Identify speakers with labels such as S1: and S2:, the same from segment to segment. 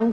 S1: I'm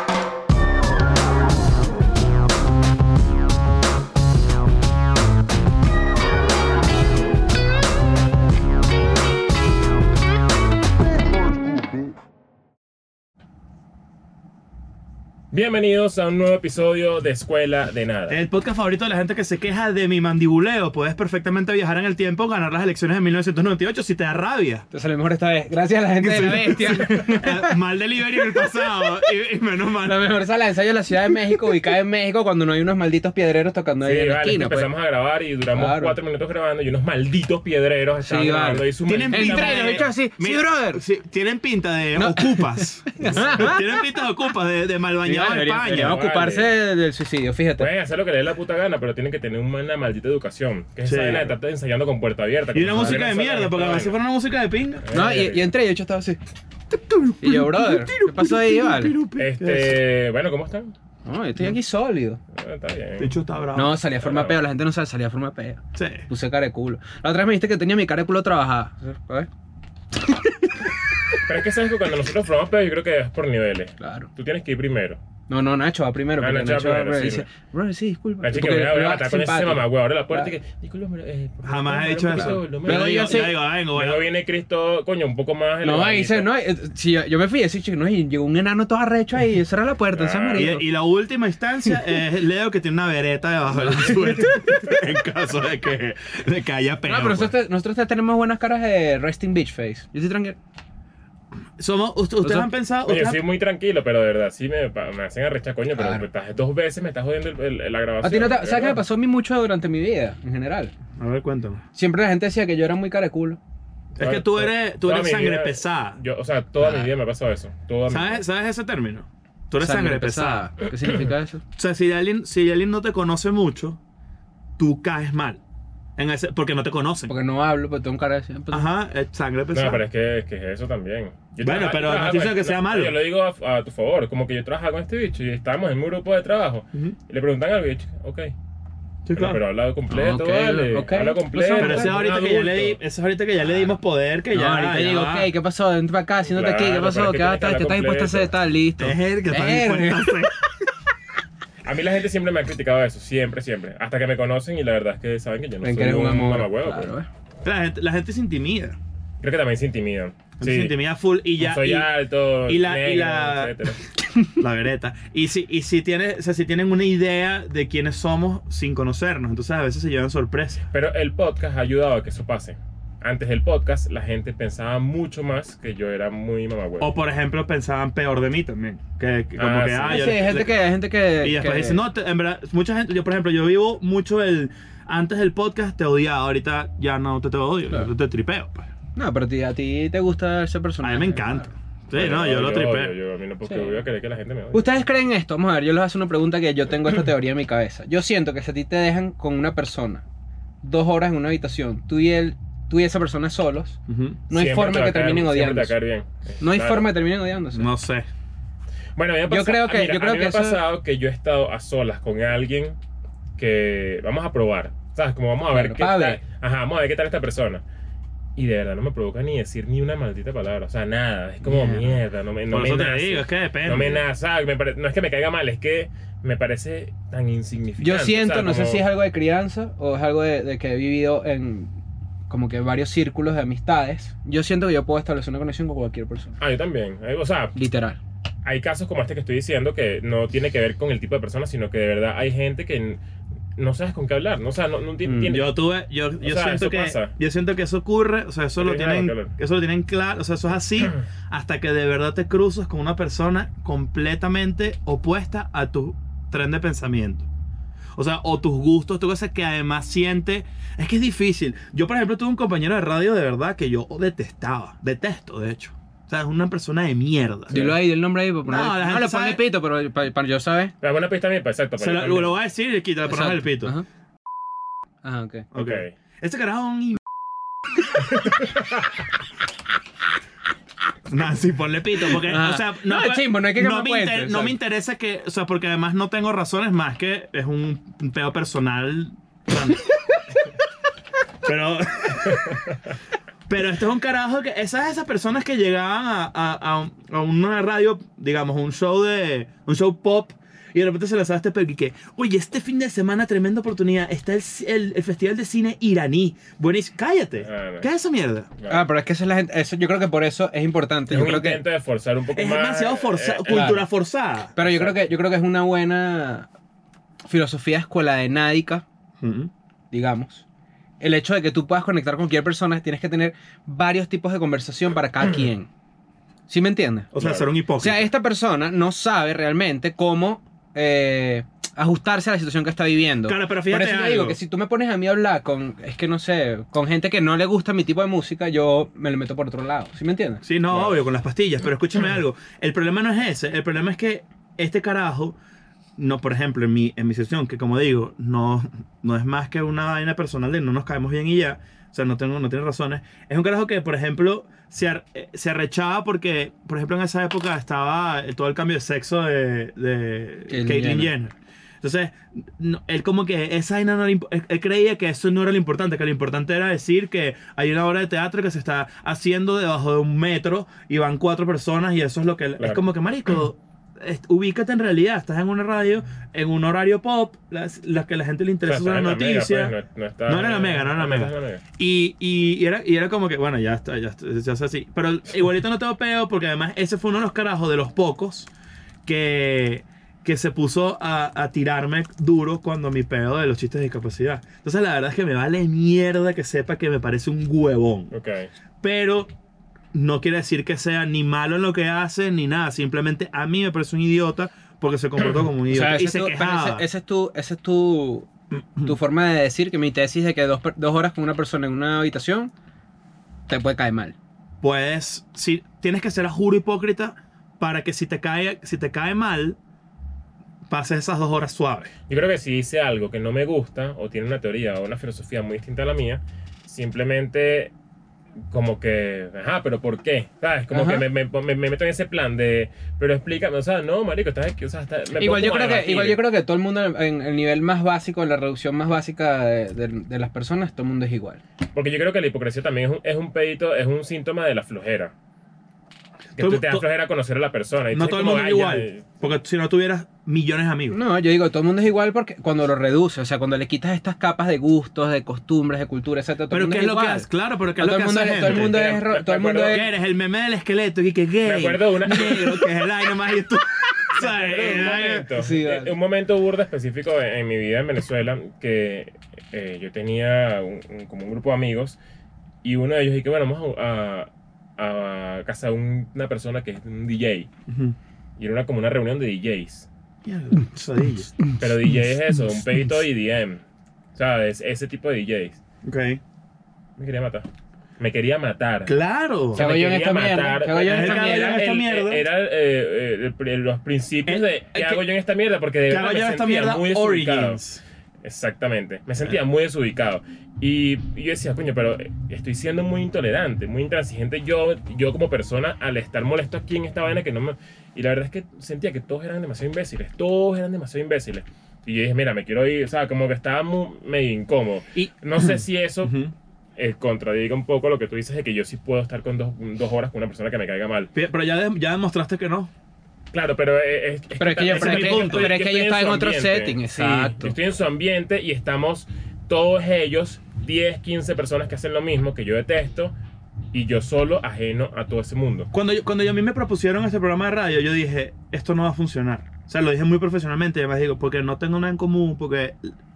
S2: Bienvenidos a un nuevo episodio de Escuela de Nada.
S3: El podcast favorito de la gente que se queja de mi mandibuleo. Puedes perfectamente viajar en el tiempo, ganar las elecciones de 1998 si te da rabia.
S4: Te salió mejor esta vez. Gracias a la gente de la bestia.
S3: Eh, mal delivery en el pasado. Y, y menos
S4: La
S3: mal.
S4: mejor sala de ensayo de la Ciudad de México, ubicada en México, cuando no hay unos malditos piedreros tocando ahí
S2: Sí,
S4: en la
S2: vale, es que
S4: esquina. pues.
S2: empezamos a grabar y duramos
S4: Claro.
S2: cuatro minutos grabando y unos malditos piedreros estaban
S4: Sí, vale.
S2: grabando ahí su
S3: Tienen
S2: maldita
S3: pinta
S4: Entra y
S2: madre.
S4: los bichos así,
S3: Mi-
S4: sí, brother.
S3: sí, tienen pinta de ocupas. tienen pinta de ocupas, de, de
S4: Sí, vale,
S3: malbañado en
S4: deberían-
S3: España.
S4: deberían
S2: vale.
S4: ocuparse de- del suicidio, fíjate.
S2: Pueden hacer lo que les dé la puta gana, pero tienen que tener una maldita educación. Que es
S3: Sí.
S2: esa vaina de estarte ensayando con puerta abierta.
S3: Y
S2: con
S3: una
S2: madre
S3: música de
S2: venezolana,
S3: mierda, porque a
S2: esta
S3: veces
S2: vaina.
S3: fuera una música de pinga.
S4: No, y, y entré y yo estaba así. Y yo, brother, ¿qué pasó ahí, vale?
S2: Este, bueno, ¿cómo están?
S4: No, yo estoy aquí sólido.
S2: Ah, está bien.
S3: De hecho, está bravo.
S4: No, salía de forma
S2: Claro.
S4: peo, la gente no sabe, salía de forma peo.
S3: Sí.
S4: Puse cara de culo. La otra vez me dijiste que tenía mi cara de culo trabajada. Pues, ¿sabes?
S2: Pero es que sabes que cuando nosotros probamos pedos, yo creo que es por niveles.
S4: Claro.
S2: Tú tienes que ir primero.
S4: No, no, Nacho va primero.
S2: Ah,
S4: porque
S2: Nacho va
S4: Nacho va
S2: primero,
S4: primero. y
S2: sí.
S4: Dice, brother, sí, disculpa.
S2: La chica
S4: Porque
S2: me va a
S4: lo
S2: matar con ese
S4: simpático.
S2: mamagüey. Abre la puerta y
S4: Claro.
S2: que, disculpa, pero, eh, por favor,
S3: Ah. Jamás he
S2: habla un
S3: hecho
S2: poquito,
S3: eso.
S2: no me-
S4: Pero
S3: Yo
S4: yo
S3: digo,
S4: sí-
S3: yo digo, vengo,
S2: Luego
S3: vengo.
S2: viene Cristo, coño, un poco más.
S4: No, ahí
S2: elevadito.
S4: dice, no, eh, si yo, yo me fui, ese chico, no, y llegó un enano todo arrecho ahí, y cerró la puerta, ese
S2: Ah,
S4: amarillo.
S3: Y, y la última instancia es Leo que tiene una vereta debajo de la suerte en caso de que, de que haya peo.
S4: No, pero
S3: pues.
S4: nosotros, te- nosotros te tenemos buenas caras de resting beach face. Yo estoy tranquilo.
S3: Somos, ust- ustedes
S4: Nosotros-
S3: han pensado,
S2: Oye,
S3: ustedes
S2: yo
S3: han-
S2: soy muy tranquilo, pero de verdad, sí me, pa- me hacen arrechar, coño, pero
S4: Claro.
S2: me estás- dos veces me estás jodiendo el- el- la
S3: Ah,
S2: grabación.
S4: A ti no te,
S2: de
S4: ¿Sabes qué me
S2: verdad.
S4: pasó a mí mucho durante mi vida, en general?
S3: a ver, cuéntame.
S4: Siempre la gente decía que yo era muy cara de culo.
S3: Es que tú eres, tú
S2: Toda
S3: eres
S2: mi
S3: sangre
S2: vida-
S3: pesada.
S2: Yo, o sea, toda mi
S4: Ah.
S2: vida me ha pasado eso. Toda mi vida.
S3: ¿Sabes, ¿Sabes ese término? Tú eres sangre, pesada.
S4: ¿Qué significa eso?
S3: O sea, si alguien, si alguien no te conoce mucho, tú caes mal. En ese, porque no te conocen.
S4: Porque no hablo, pero tengo cara de... siempre.
S3: Ajá, es sangre pesada.
S2: No, pero es que, es que es eso también. Yo trabajo-
S3: Bueno, pero
S2: yo
S3: no
S2: trabajo
S3: estoy diciendo
S2: con-
S3: que sea malo.
S2: Yo lo digo a, a tu favor, como que yo trabajaba con este bicho y estábamos en un grupo de trabajo.
S3: Ujú.
S2: Y le preguntan al bicho, ok.
S3: Mm. Sí,
S2: Pero,
S3: claro.
S2: pero habla completo,
S4: Ah, Ok,
S2: vale.
S4: ok.
S2: Habla completo.
S3: Pero ese es ahorita que ya le di-
S2: adulto.
S3: ese es ahorita que ya le dimos poder, que
S4: No,
S3: ya.
S4: ahorita
S3: ya
S4: digo,
S3: va.
S4: ok, ¿qué pasó? Ven para acá, siéntate aquí, ¿qué
S2: Claro,
S4: pasó?
S2: pero es que
S4: ¿Qué vas a
S2: tienes que
S4: estar? ¿Te
S2: hablar
S4: estás dispuesta a hacer
S2: completo.
S4: tal? Listo.
S3: Es el que está
S4: Verga.
S3: dispuesto a hacer.
S2: A mí la gente siempre me ha criticado eso, siempre, siempre. Hasta que me conocen y la verdad es que saben que yo no
S4: Ven que
S2: soy
S4: eres un amor.
S2: mamagüevo,
S4: Claro,
S2: pues.
S4: eh.
S3: La gente, la gente se intimida.
S2: Creo que también se intimidan.
S3: Se intimida full y ya.
S2: No soy
S3: y-
S2: alto,
S3: y la- y
S2: negro,
S3: la-
S2: etcétera.
S3: La vereta. Y si, y si tiene, o sea, si tienen una idea de quiénes somos sin conocernos, entonces a veces se llevan sorpresas.
S2: Pero el podcast ha ayudado a que eso pase. Antes del podcast, la gente pensaba mucho más que yo era muy mamagüey.
S3: O por ejemplo, pensaban peor de mí también. Que, que como
S2: Ah,
S3: que,
S2: sí.
S3: ah,
S4: Sí,
S3: yo
S4: hay
S3: le-
S4: gente que... Hay gente que
S3: Y después
S4: que-
S3: dicen, no, te- en verdad, mucha gente, yo por ejemplo, yo vivo mucho el. Antes del podcast te odiaba, ahorita ya no te, te odio,
S4: Claro.
S3: yo te tripeo. pues.
S4: No, pero a ti, a ti te gusta ese
S3: A
S4: personaje.
S3: mí me encanta. Sí,
S2: Pero
S3: no, yo lo
S2: Yo,
S3: tripeo.
S2: yo- a mí no, porque
S4: Sí.
S2: voy a querer que la gente me odie.
S4: ¿Ustedes creen esto? Vamos a ver, yo les hago una pregunta que yo tengo esta teoría en mi cabeza. Yo siento que si a ti te dejan con una persona dos horas en una habitación, tú y él, tú y esa persona solos,
S3: Ujú.
S4: no hay
S2: Siempre te
S4: forma
S2: va
S4: que
S2: a caer-
S4: terminen
S2: siempre te va a
S4: odiándose.
S2: caer bien.
S4: No hay
S2: Claro.
S4: forma que terminen odiándose.
S3: No sé.
S2: Bueno, a mí me ha
S4: Yo
S2: pasado-
S4: creo que-
S2: mira,
S4: yo
S2: a
S4: creo
S2: mí
S4: que
S2: me
S4: eso-
S2: ha pasado que yo he estado a solas con alguien que vamos a probar, ¿sabes? Como vamos a ver
S4: Claro,
S2: qué
S4: pa'
S2: tal,
S4: ver.
S2: ajá, vamos a ver qué tal esta persona. Y de verdad no me provoca ni decir ni una maldita palabra, o sea, nada, es como
S3: Mierda.
S2: mierda, no me no
S3: por
S2: me
S3: eso te
S2: nace.
S3: digo, es que depende.
S2: No me nada, ¿sabes? Me pare- no es que me caiga mal, es que me parece tan insignificante.
S4: Yo siento,
S2: ¿sabes?
S4: no sé
S2: Como-
S4: si es algo de crianza o es algo de, de que he vivido en como que varios círculos de amistades. Yo siento que yo puedo establecer una conexión con cualquier persona.
S2: Ah, yo también. Eh, O sea,
S4: Literal.
S2: hay casos como este que estoy diciendo que no tiene que ver con el tipo de persona, sino que de verdad hay gente que n- no sabes con qué hablar, no, o sea, no, no ti-
S4: Mm.
S2: tiene...
S3: Yo tuve, yo, yo
S2: sea, eso
S3: siento que
S2: pasa.
S3: yo siento que eso ocurre, o sea, eso lo
S2: No tiene nada
S3: tienen,
S2: que hablar.
S3: eso lo tienen claro, o sea, eso es así hasta que de verdad te cruzas con una persona completamente opuesta a tu tren de pensamiento. O sea, o tus gustos, tu cosa que además siente. Es que es difícil. Yo, por ejemplo, tuve un compañero de radio de verdad que yo detestaba. Detesto, de hecho. O sea, es una persona de mierda.
S4: Dilo ahí, di el nombre ahí. Para ponerle-
S3: No, la
S4: no,
S3: gente
S4: le pongo
S3: sabe-
S4: el pito, pero para, para yo saber.
S2: La buena pista a mí, pues, exacto. para
S3: Se
S2: yo
S3: lo,
S2: también.
S3: lo voy a decir y quita, le ponemos el pito.
S4: Ajá. Ajá, Ah, ok.
S2: Ok.
S3: Ok. Este carajo es un im- Nancy, ponle pito, porque,
S4: Ah.
S3: o sea,
S4: No, es chimbo, no hay que que me
S3: me
S4: cuentes,
S3: inter-
S4: o sea.
S3: no me interesa que, o sea, porque además no tengo razones más que es un peo personal. Pero, Pero este es un carajo que. Esas esas personas que llegaban a, a- a un- a una radio, digamos, un show de. un show pop. Y de repente se lanzaba este perro y que, oye, este fin de semana, tremenda oportunidad. Está el, c- el- el Festival de Cine Iraní. Buenísimo. Cállate.
S2: Ah, no.
S3: ¿Qué es esa mierda?
S4: Ah, pero es que esa es la gente. Eso, yo creo que por eso es importante.
S2: es
S4: Yo
S2: un
S4: creo que,
S2: intento de forzar un poco
S3: Es
S2: más.
S3: demasiado
S2: eh,
S3: forzada.
S2: eh,
S3: cultura
S4: claro.
S3: forzada.
S4: pero yo creo que yo creo que es una buena filosofía escuela de nádica,
S3: Ujú.
S4: digamos. El hecho de que tú puedas conectar con cualquier persona, tienes que tener varios tipos de conversación para
S2: Mm.
S4: cada quien. ¿Sí me entiendes?
S3: O sea,
S2: Claro.
S3: ser un
S4: O
S3: hipócrita.
S4: sea, esta persona no sabe realmente cómo eh, ajustarse a la situación que está viviendo.
S3: Claro, pero
S4: Por
S3: fíjate
S4: eso yo
S3: algo.
S4: digo que si tú me pones a mí a hablar con, es que no sé, con gente que no le gusta mi tipo de música, yo me lo meto por otro lado. ¿Sí me entiendes?
S3: Sí, no,
S2: Claro.
S3: obvio, con las pastillas. Pero escúchame algo. El problema no es ese. El problema es que este carajo, no, por ejemplo, en mi, en mi sesión, que como digo, no, no es más que una vaina personal de no nos caemos bien y ya. O sea, no, tengo, no tiene razones. Es un carajo que, por ejemplo, se, ar- eh, se arrechaba porque, por ejemplo, en esa época estaba eh, todo el cambio de sexo de, de
S4: Caitlyn
S3: Caitlyn
S4: Jenner.
S3: Jenner. Entonces, no, él como que esa vaina no le imp- él, él creía que eso no era lo importante, que lo importante era decir que hay una obra de teatro que se está haciendo debajo de un metro y van cuatro personas y eso es lo que él- es
S2: Claro.
S3: como que marico, es- ubícate en realidad, estás en una radio, en un horario pop, las, las que a la gente le
S2: o sea,
S3: interesa es
S2: está
S3: una
S2: en la mega,
S3: noticia.
S2: pues, no, está-
S3: No era la mega, no era la mega.
S2: está en
S3: Y, y- y era, y era como que, bueno, ya está, ya está, se hace así. Pero igualito no tengo peo porque además ese fue uno de los carajos de los pocos que, que se puso a, a tirarme duro cuando mi peo de los chistes de discapacidad. Entonces la verdad es que me vale mierda que sepa que me parece un huevón.
S2: Ok.
S3: Pero no quiere decir que sea ni malo en lo que hace ni nada. Simplemente a mí me parece un idiota porque se comportó como un
S4: O sea,
S3: idiota. y
S4: ese
S3: se
S4: es tu- pero
S3: quejaba.
S4: ese- esa es tu, esa es tu, tu forma de decir que mi tesis de que dos, per- dos horas con una persona en una habitación te puede caer mal.
S3: Pues si tienes que ser a juro hipócrita para que si te cae, si te cae mal, pases esas dos horas suaves.
S2: Yo creo que si dice algo que no me gusta, o tiene una teoría o una filosofía muy distinta a la mía, simplemente como que, ajá, pero ¿por qué? ¿Sabes? Como
S4: Ajá.
S2: que me, me, me- me meto en ese plan de, pero explícame, o sea, no, marico, estás aquí, o sea, está- me
S4: Igual
S2: pongo
S4: yo,
S2: como a
S4: creo que,
S2: debatir.
S4: igual yo creo que todo el mundo, en, en el nivel más básico, en la reducción más básica de, de- de las personas, todo el mundo es igual.
S2: Porque yo creo que la hipocresía también es un, es un pedito, es un síntoma de la flojera. Que
S3: Todo-
S2: tú te das
S3: to-
S2: flojera a conocer a la persona. y
S3: No
S2: tú
S3: todo el
S2: como,
S3: mundo es
S2: "Ay, ya,
S3: igual. Porque si no tuvieras millones de amigos.
S4: No, yo digo, todo el mundo es igual porque cuando lo reduce, o sea, cuando le quitas estas capas de gustos, de costumbres, de cultura, etcétera, todo el
S3: Pero
S4: mundo
S3: ¿qué
S4: es
S3: es lo que
S4: igual.
S3: haces? Claro, pero ¿qué es
S4: Todo
S3: lo que
S4: el mundo
S3: hace
S4: es- todo el
S3: gente?
S4: mundo
S2: Mira,
S4: es ro-
S2: me
S4: todo el mundo
S2: acuerdo-
S4: es
S3: Que eres el meme del esqueleto y que gay.
S2: acuerdo de una-
S3: negro, que es el aire más y tú. ¿sabes?
S2: Pero un momento,
S4: Sí,
S2: eh,
S4: vale.
S2: un momento burda específico en, en mi vida en Venezuela que eh, yo tenía un- un- como un grupo de amigos y uno de ellos dije, bueno, vamos a, a, a casa de un- una persona que es un DJ
S3: Ujú.
S2: y era una, como una reunión de DJs.
S3: Mierda, sadillo.
S2: Pero DJ es eso, un pedito de EDM, ¿sabes? Ese tipo de DJs.
S3: Ok.
S2: Me quería matar. Me quería matar.
S3: Claro.
S4: ¿Qué hago yo en
S2: Me
S4: esta
S2: quería
S4: mierda?
S2: matar.
S4: ¿Qué hago yo en
S3: Es
S4: esta
S3: que
S4: mierda?
S3: ahora
S2: Era,
S3: esta
S2: el-
S3: mierda?
S2: era, eh, eh, el- los principios
S3: El-
S2: de
S3: el
S2: ¿qué
S3: que-
S2: hago yo en esta mierda? Porque de
S3: ¿Qué
S2: verdad
S3: hago
S2: me
S3: yo en esta
S2: sentía
S3: mierda?
S2: muy desubicado.
S3: Origins.
S2: Exactamente. Me sentía muy desubicado. Y y yo decía, coño, pero eh, estoy siendo muy intolerante, muy intransigente yo, yo como persona al estar molesto aquí en esta vaina que no me... Y la verdad es que sentía que todos eran demasiado imbéciles, todos eran demasiado imbéciles. Y yo dije, mira, me quiero ir, o sea, como que estaba muy, medio incómodo.
S3: Y-
S2: No sé si eso
S3: Ujú.
S2: eh, contradiga un poco lo que tú dices de que yo sí puedo estar con dos, dos horas con una persona que me caiga mal.
S3: Pero ya, de- ya demostraste que no.
S2: Claro, pero eh, es,
S4: Pero es que yo-
S2: ese
S3: pero
S2: mi
S3: es que-
S2: punto,
S4: pero es que ella
S2: estoy
S4: está en
S2: su
S4: otro
S2: ambiente.
S4: setting,
S2: Sí,
S4: exacto.
S2: yo estoy en su ambiente y estamos todos ellos, 10, 15 personas que hacen lo mismo, que yo detesto, y yo solo ajeno a todo ese mundo.
S3: Cuando, yo- cuando yo a mí me propusieron este programa de radio, yo dije, esto no va a funcionar. O sea, lo dije muy profesionalmente. y Además digo, porque no tengo nada en común, porque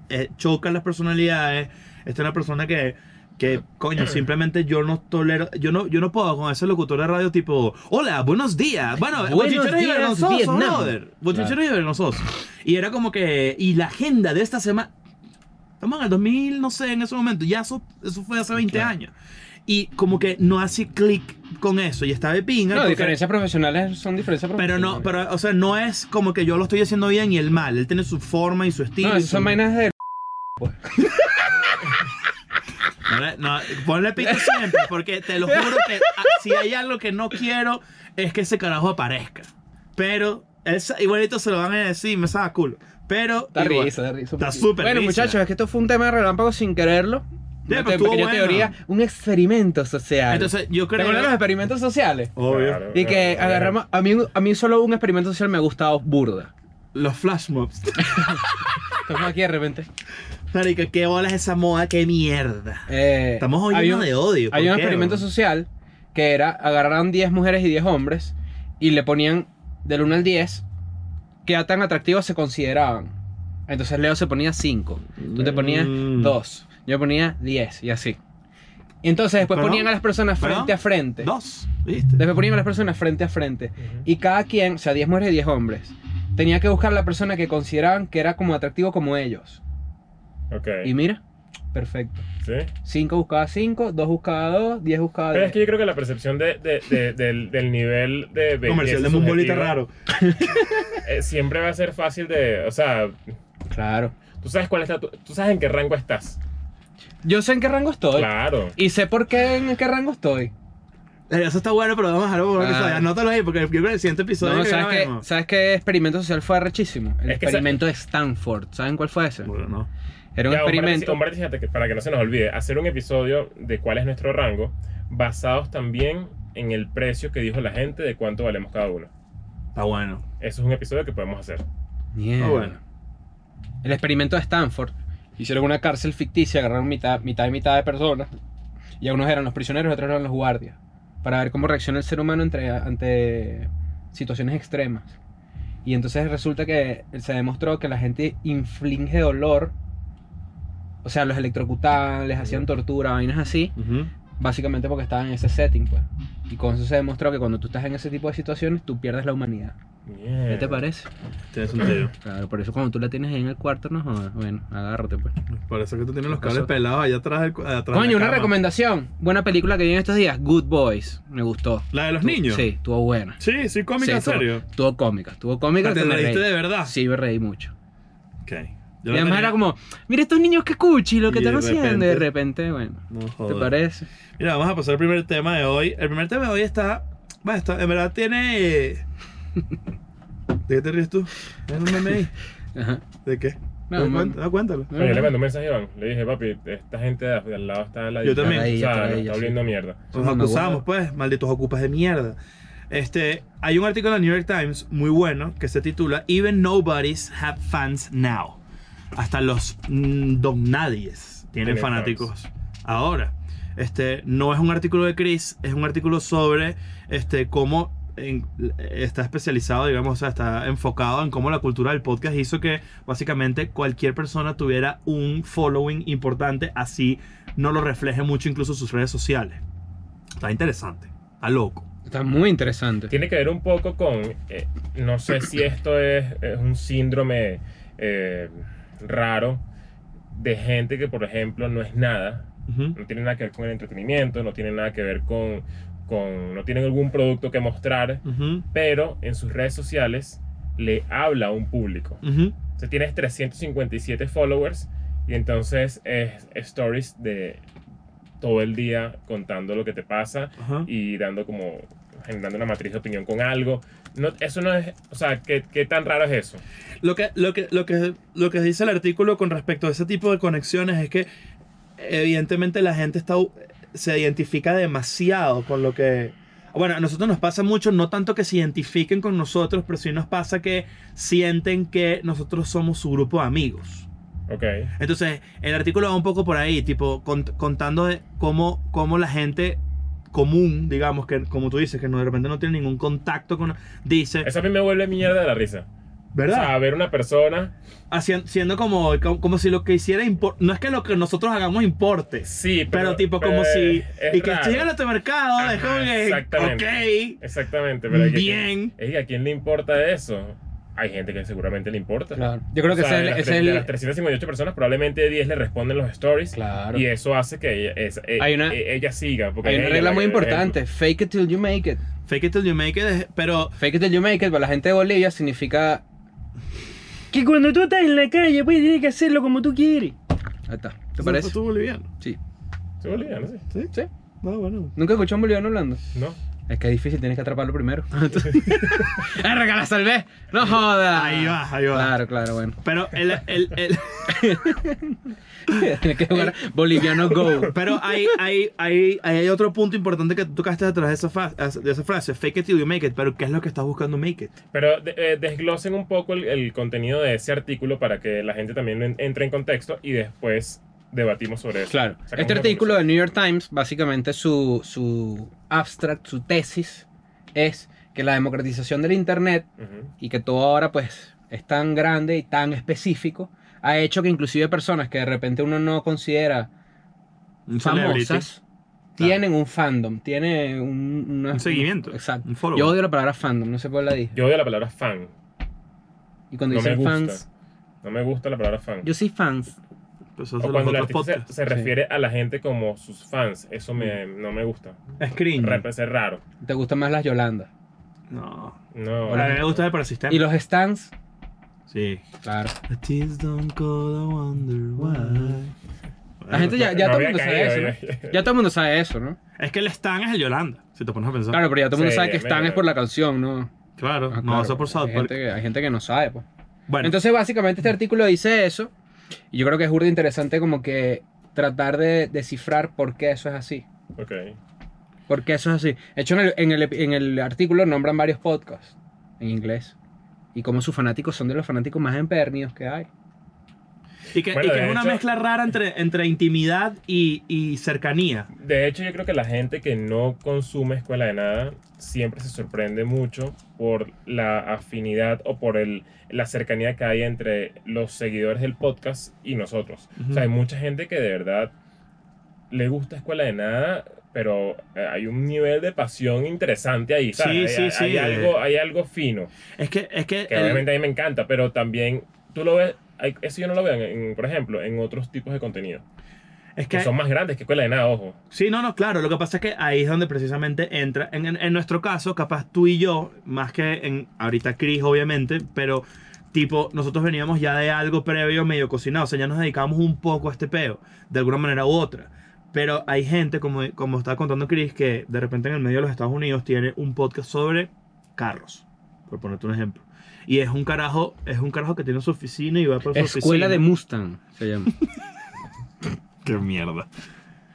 S3: eh, chocan las personalidades. Esta es una persona que, que, coño, simplemente yo no tolero, yo no, yo no puedo con ese locutor de radio tipo, hola, buenos días. Bueno,
S4: Buenos
S3: buchicheros y
S4: días,
S3: vergonzosos,
S4: Vietnam.
S3: brother. Buchicheros y vergonzosos. Y era como que, y la agenda de esta semana, estamos en el 2000, no sé, en ese momento, ya eso, eso fue hace 20
S4: Claro.
S3: años. Y como que no hace clic con eso y está de pinga.
S4: No,
S3: porque-
S4: diferencias profesionales son diferencias
S3: Pero no,
S4: profesionales.
S3: pero, o sea, no es como que yo lo estoy haciendo bien y el mal. Él tiene su forma y su estilo.
S4: No,
S3: y
S4: esas
S3: su-
S4: son vainas de...
S3: No, le- no, ponle pito siempre, porque te lo juro que ah, si hay algo que no quiero es que ese carajo aparezca. Pero él sa- igualito se lo van a decir, me saca culo. Pero
S4: Da
S3: igual.
S4: risa, da risa.
S3: Está súper
S4: Bueno,
S3: risa.
S4: muchachos, es que esto fue un tema de relámpago sin quererlo.
S3: pero
S4: Una te-
S3: estuvo
S4: pequeña
S3: bueno.
S4: teoría, un experimento social.
S3: Entonces, yo
S4: ¿Te
S3: creo.
S4: acuerdas de los experimentos sociales?
S3: Obvio.
S2: Claro,
S4: Y que
S2: claro.
S4: agarramos. A mí, a mí solo un experimento social me ha gustado burda.
S3: Los flash mobs.
S4: Estamos aquí de repente.
S3: Marico, qué bola es esa moda, qué mierda.
S4: Eh,
S3: Estamos hoy
S4: hay
S3: llenos
S4: un-
S3: de odio.
S4: Hay
S3: ¿por
S4: un
S3: qué,
S4: experimento
S3: bro?
S4: social que era agarraron 10 mujeres y 10 hombres y le ponían del 1 al 10 qué tan atractivos se consideraban. Entonces Leo se ponía 5, tú te ponías
S3: Mm.
S4: 2, yo ponía 10 y así. Y entonces después
S3: ¿Perdón?
S4: ponían a las personas frente
S3: ¿Perdón?
S4: a frente.
S3: Dos, ¿viste?
S4: Después ponían a las personas frente a frente. Y cada quien, o sea, 10 mujeres y 10 hombres, tenía que buscar la persona que consideraban que era como atractivo como ellos.
S2: Ok.
S4: Y mira, perfecto.
S2: ¿Sí?
S4: 5 buscaba 5, 2 buscaba 2, 10 buscaba 10.
S2: Pero es que yo creo que la percepción de, de- de- del, del nivel de belleza
S3: Comercial de Mumbolita
S2: subjetiva,
S3: raro.
S2: eh, siempre va a ser fácil de, o sea,
S4: Claro.
S2: tú sabes cuál está, tu- tú sabes en qué rango estás.
S4: Yo sé en qué rango estoy.
S2: Claro.
S4: Y sé por qué en qué rango estoy.
S3: Pero Eh, Eso está bueno, pero vamos a dejarlo por un
S4: Ah.
S3: episodio. Anótalo ahí, porque yo creo que el siguiente episodio.
S4: No,
S3: que
S4: ¿sabes, qué,
S3: grabemos-
S4: ¿Sabes qué experimento social fue arrechísimo? El
S2: Es que
S4: experimento de Stanford. ¿Saben cuál fue ese?
S3: Bueno, no.
S4: Era un
S2: Ya, Humberto,
S4: experimento.
S2: Humberto, fíjate que para que no se nos olvide, hacer un episodio de cuál es nuestro rango, basados también en el precio que dijo la gente de cuánto valemos cada uno.
S3: Está bueno.
S2: Eso es un episodio que podemos hacer.
S4: Mierda.
S3: Ah, bueno.
S4: El experimento de Stanford. Hicieron una cárcel ficticia, agarraron mitad, mitad y mitad de personas. Y algunos eran los prisioneros, otros eran los guardias. Para ver cómo reacciona el ser humano entre- ante situaciones extremas. Y entonces resulta que se demostró que la gente inflige dolor. O sea, los electrocutaban, les hacían tortura, vainas así.
S3: Ujú.
S4: Básicamente porque estaban en ese setting, pues. Y con eso se demostró que cuando tú estás en ese tipo de situaciones, tú pierdes la humanidad. ¿Qué te
S2: Mierda.
S4: parece?
S3: Tiene sentido.
S4: Eh, Claro, por eso cuando tú la tienes ahí en el cuarto, no jodas. Bueno, agárrate, pues.
S3: Por eso que tú tienes los
S4: Por
S3: cables
S4: eso.
S3: pelados allá atrás. del cu- atrás de la
S4: Coño, una
S3: cama.
S4: recomendación. Buena película que vi en estos días, Good Boys. Me gustó.
S3: ¿La de los
S4: Tu-
S3: niños?
S4: Sí, estuvo buena.
S3: Sí, sí,
S4: Sí,
S3: cómica, en
S4: estuvo-
S3: serio.
S4: Estuvo cómica, estuvo cómica.
S3: ¿Te
S4: que me
S3: reíste
S4: reí.
S3: de verdad?
S4: Sí, me reí mucho.
S3: Ok. Yo
S4: Y
S3: la
S4: además
S3: tenía-
S4: era como, mira estos niños que cuchi, lo que
S3: Y de
S4: están haciendo. Y de
S3: repente-
S4: repente, bueno,
S3: No
S4: ¿te
S3: jodas.
S4: parece?
S3: Mira, vamos a pasar al primer tema de hoy. El primer tema de hoy está. Bueno, está- en verdad tiene. ¿De qué te ríes tú? Es un meme ahí.
S4: Ajá.
S3: ¿De qué?
S4: No,
S3: No,
S4: man.
S3: cuént- no, cuéntalo.
S2: Oye, le mandé un mensaje a Iván. Le dije, papi, esta gente de al lado está la
S3: Yo también.
S2: O sea,
S4: Traía,
S2: nos
S4: traía,
S2: está
S4: sí.
S2: volviendo mierda.
S3: Nos
S4: Mamá,
S3: acusamos,
S4: huevo.
S3: pues, malditos ocupas de mierda. Este, hay un artículo en el New York Times muy bueno que se titula Even Nobodies Have Fans Now. Hasta los mm, don nadies tienen
S2: Tienen
S3: fanáticos ahora. Este, no es un artículo de Chris, es un artículo sobre este, cómo en- está especializado, digamos, o sea, está enfocado en cómo la cultura del podcast hizo que básicamente cualquier persona tuviera un following importante, así no lo refleje mucho incluso sus redes sociales. Está interesante, está loco.
S4: Está muy interesante.
S2: Tiene que ver un poco con, eh, no sé si esto es, es un síndrome eh, raro de gente que, por ejemplo, no es nada,
S3: Ujú.
S2: no tiene nada que ver con el entretenimiento, no tiene nada que ver con, con no tienen algún producto que mostrar,
S3: Ujú.
S2: pero en sus redes sociales le habla a un público.
S3: Ujú.
S2: O sea, tienes 357 followers y entonces es stories de todo el día contando lo que te pasa
S3: Ajá.
S2: y dando como generando una matriz de opinión con algo. No, eso no es, o sea, ¿qué, qué tan raro es eso?
S3: Lo que, lo, que, lo, que, lo que dice el artículo con respecto a ese tipo de conexiones es que evidentemente la gente está, se identifica demasiado con lo que... Bueno, a nosotros nos pasa mucho, no tanto que se identifiquen con nosotros, pero sí nos pasa que sienten que nosotros somos su grupo de amigos.
S2: Ok.
S3: Entonces, el artículo va un poco por ahí, tipo, cont- contando de cómo, cómo la gente común, digamos, que como tú dices, que no, de repente no tiene ningún contacto con... Dice,
S2: Eso a mí me vuelve mierda de la risa. O
S3: ¿verdad?
S2: sea, ver una persona,
S3: Hacien- siendo como, como, como si lo que hiciera impor- no es que lo que nosotros hagamos importe,
S2: sí,
S3: pero, tipo
S2: pero
S3: como
S2: pues,
S3: si
S2: es
S3: y que
S2: raro.
S3: lleguen a tu mercado,
S2: Ajá,
S3: es como que,
S2: exactamente.
S3: ok,
S2: Exactamente, pero es que-
S3: Bien.
S2: es que ¿a quién le importa eso? Hay gente que seguramente le importa.
S4: Claro. Yo creo que
S2: O sea,
S4: ese es
S2: de
S4: el-
S2: las
S4: ese
S2: tre-
S4: es
S2: de
S4: el...
S2: las 358 personas, probablemente 10 le responden los stories.
S4: Claro.
S2: Y eso hace que ella, es- e-
S4: Hay una-
S2: e- ella siga. Porque
S4: Hay
S2: es
S4: una
S2: ella
S4: regla
S2: la
S4: muy
S2: que- eh,
S4: importante. Fake it till you make it.
S3: fake it till you make it, es- pero
S4: Fake it till you make it para la gente de Bolivia significa que cuando tú estás en la calle, pues tienes que hacerlo como tú quieres. Ahí está. ¿Te parece?
S3: ¿Tú boliviano?
S4: Sí.
S2: Soy boliviano, sí.
S3: Sí.
S4: Sí.
S3: No, bueno.
S4: Nunca escuchó a un boliviano hablando.
S2: No.
S4: Es que es difícil, tienes que atraparlo primero.
S3: Ah,
S4: ¡Erga, la salvé! ¡No jodas!
S3: Ahí va, ahí va.
S4: Claro, claro, bueno.
S3: Pero el, el- el-
S4: Tienes que jugar Boliviano Go.
S3: pero hay, hay, hay, hay otro punto importante que tú tocaste detrás de esa, fa- de esa frase, fake it till you make it, pero ¿qué es lo que estás buscando make it?
S2: Pero de- eh, desglosen un poco el, el contenido de ese artículo para que la gente también en- entre en contexto y después debatimos sobre eso.
S4: Claro.
S2: Sacamos
S4: Este
S2: una
S4: artículo del
S2: conclusión.
S4: New York Times, básicamente su, su abstract, su tesis, es que la democratización del Internet
S2: Ujú.
S4: y que todo ahora pues es tan grande y tan específico, ha hecho que inclusive personas que de repente uno no considera
S3: Un celebrity.
S4: famosas tienen un fandom, tienen un, una-
S3: Un seguimiento.
S4: Exacto.
S3: Un follower.
S4: Yo odio la palabra fandom, no sé por qué la dije.
S2: Yo odio la palabra fan.
S4: Y cuando
S2: No me
S4: dicen
S2: gusta.
S4: fans,
S2: No me gusta la palabra fan.
S4: yo soy fans.
S3: Pues eso
S2: o
S3: son
S2: cuando el
S3: los otros
S2: artista se- se,
S3: podcasts.
S4: Sí.
S2: refiere a la gente como sus fans. Eso me,
S3: Mm.
S2: no me gusta.
S3: Es cringe.
S2: Rep- Es raro.
S4: Te gustan más las Yolandas.
S3: No.
S2: No.
S3: A mí me gusta el persistente.
S4: Y los stands,
S3: Sí.
S4: claro.
S3: The tears don't go, I wonder why.
S4: La gente ya, ya
S2: No
S4: todo el
S2: había
S4: mundo sabe
S2: caído,
S4: eso. ¿no? Ya todo el mundo sabe eso, ¿no?
S3: Es que el Stan es el Yolanda, si te pones a pensar.
S4: Claro, pero ya todo el mundo
S2: Sí,
S4: sabe que
S2: me-
S4: Stan es por la canción, ¿no?
S3: Claro,
S4: Ah,
S3: no,
S4: claro,
S3: eso es por South
S4: hay
S3: Park.
S4: gente que- hay gente que no sabe, pues.
S3: Bueno,
S4: Entonces, básicamente, este artículo dice eso. Y yo creo que es burda interesante como que tratar de descifrar por qué eso es así.
S2: Ok.
S4: Por qué eso es así. De hecho, en el, en el ep- en el artículo nombran varios podcasts en inglés. Y cómo sus fanáticos son de los fanáticos más empernidos que hay.
S3: y que, y
S2: bueno,
S3: que
S2: de
S3: es una
S2: hecho-
S3: mezcla rara entre, entre intimidad y, y cercanía.
S2: De hecho, yo creo que la gente que no consume Escuela de Nada siempre se sorprende mucho por la afinidad o por el, la cercanía que hay entre los seguidores del podcast y nosotros.
S3: Ujú.
S2: O sea, hay mucha gente que de verdad le gusta Escuela de Nada, pero eh, hay un nivel de pasión interesante ahí. ¿sabes?
S3: Sí,
S2: hay,
S3: sí,
S2: hay- hay
S3: sí, eh.
S2: algo, hay algo fino,
S3: Es que, es que,
S2: que
S3: el-
S2: obviamente a mí me encanta, pero también tú lo ves, hay- eso yo no lo veo, en- en, por ejemplo, en otros tipos de contenido,
S3: es que
S2: que son más grandes que Escuela de Nada, ojo.
S3: Sí, no, no, claro. Lo que pasa es que ahí es donde precisamente entra. En, en- en nuestro caso, capaz tú y yo, más que en ahorita Chris, obviamente, pero tipo, nosotros veníamos ya de algo previo medio cocinado. O sea, ya nos dedicamos un poco a este peo, de alguna manera u otra. Pero hay gente, como, como estaba contando Chris, que de repente en el medio de los Estados Unidos tiene un podcast sobre carros, por ponerte un ejemplo. Y es un carajo, es un carajo que tiene su oficina y va por su
S4: Escuela de
S3: oficina.
S4: Mustang se llama.
S3: Qué mierda.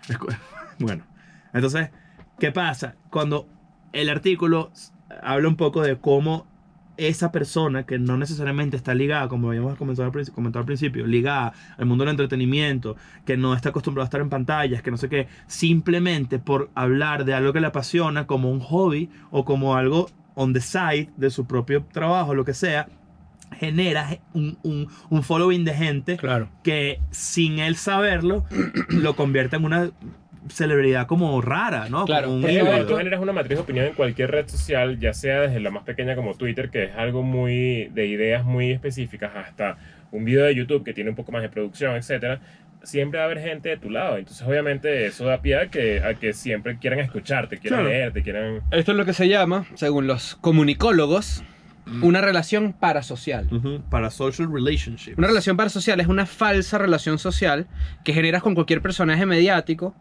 S3: Escu- Bueno, entonces, ¿qué pasa? Cuando el artículo s- habla un poco de cómo esa persona que no necesariamente está ligada, como habíamos comenzado al princi- comentado al principio, ligada al mundo del entretenimiento, que no está acostumbrado a estar en pantallas, que no sé qué, simplemente por hablar de algo que le apasiona como un hobby o como algo on the side de su propio trabajo, lo que sea, genera ge- un, un- un following de gente
S4: Claro.
S3: que sin él saberlo lo convierte en una celebridad como rara, ¿no?
S4: Claro,
S3: Como un
S4: porque
S2: Sí,
S3: ídolo.
S2: bueno, tú generas una matriz de opinión en cualquier red social, ya sea desde la más pequeña como Twitter, que es algo muy de ideas muy específicas, hasta un video de YouTube que tiene un poco más de producción, etcétera. Siempre va a haber gente de tu lado. Entonces, obviamente, eso da pie a que, a que siempre quieran escucharte, quieran
S3: Claro.
S2: leerte, quieran.
S4: Esto es lo que se llama, según los comunicólogos, una relación parasocial.
S3: Ujú, Para social relationship.
S4: Una relación parasocial es una falsa relación social que generas con cualquier personaje mediático,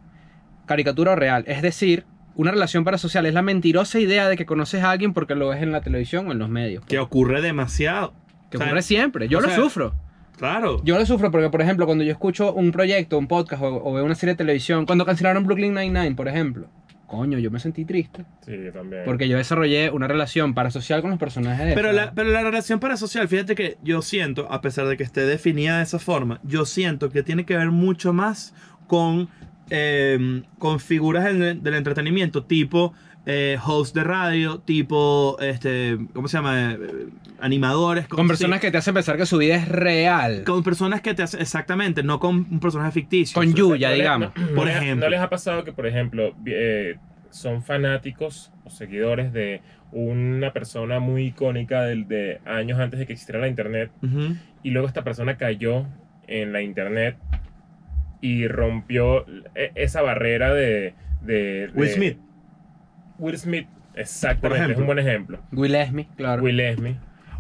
S4: caricatura o real. Es decir, una relación parasocial es la mentirosa idea de que conoces a alguien porque lo ves en la televisión o en los medios.
S3: Que ocurre demasiado.
S4: Que
S3: O sea,
S4: ocurre siempre. Yo
S3: o
S4: lo
S3: sea-
S4: sufro.
S3: Claro.
S4: Yo lo sufro porque, por ejemplo, cuando yo escucho un proyecto, un podcast o, o veo una serie de televisión, cuando cancelaron Brooklyn Nine-Nine, por ejemplo, coño, yo me sentí triste
S2: Sí, yo también.
S4: porque yo desarrollé una relación parasocial con los personajes de
S3: Pero
S4: esa-
S3: la, pero la relación parasocial, fíjate que yo siento, a pesar de que esté definida de esa forma, yo siento que tiene que ver mucho más con, eh, con figuras del, del entretenimiento, tipo eh, host de radio, tipo, este, ¿cómo se llama? Eh, animadores.
S4: Con personas que te hacen pensar que su vida es real.
S3: Con personas que te hacen, exactamente, no con un personaje ficticio.
S4: Con
S3: O sea,
S4: Yuya,
S2: ¿No le-
S4: digamos.
S2: no- no
S3: Por
S2: les-
S3: ejemplo.
S2: ¿No les ha pasado que, por ejemplo, vi- eh, son fanáticos o seguidores de una persona muy icónica del- de años antes de que existiera la internet?
S3: Ujú.
S2: y luego esta persona cayó en la internet y rompió e- esa barrera de, de- de-
S3: Will Smith.
S2: Will Smith,
S3: Por
S2: exactamente,
S3: ejemplo.
S2: es un buen ejemplo.
S4: Will Esme, claro.
S2: Will Smith.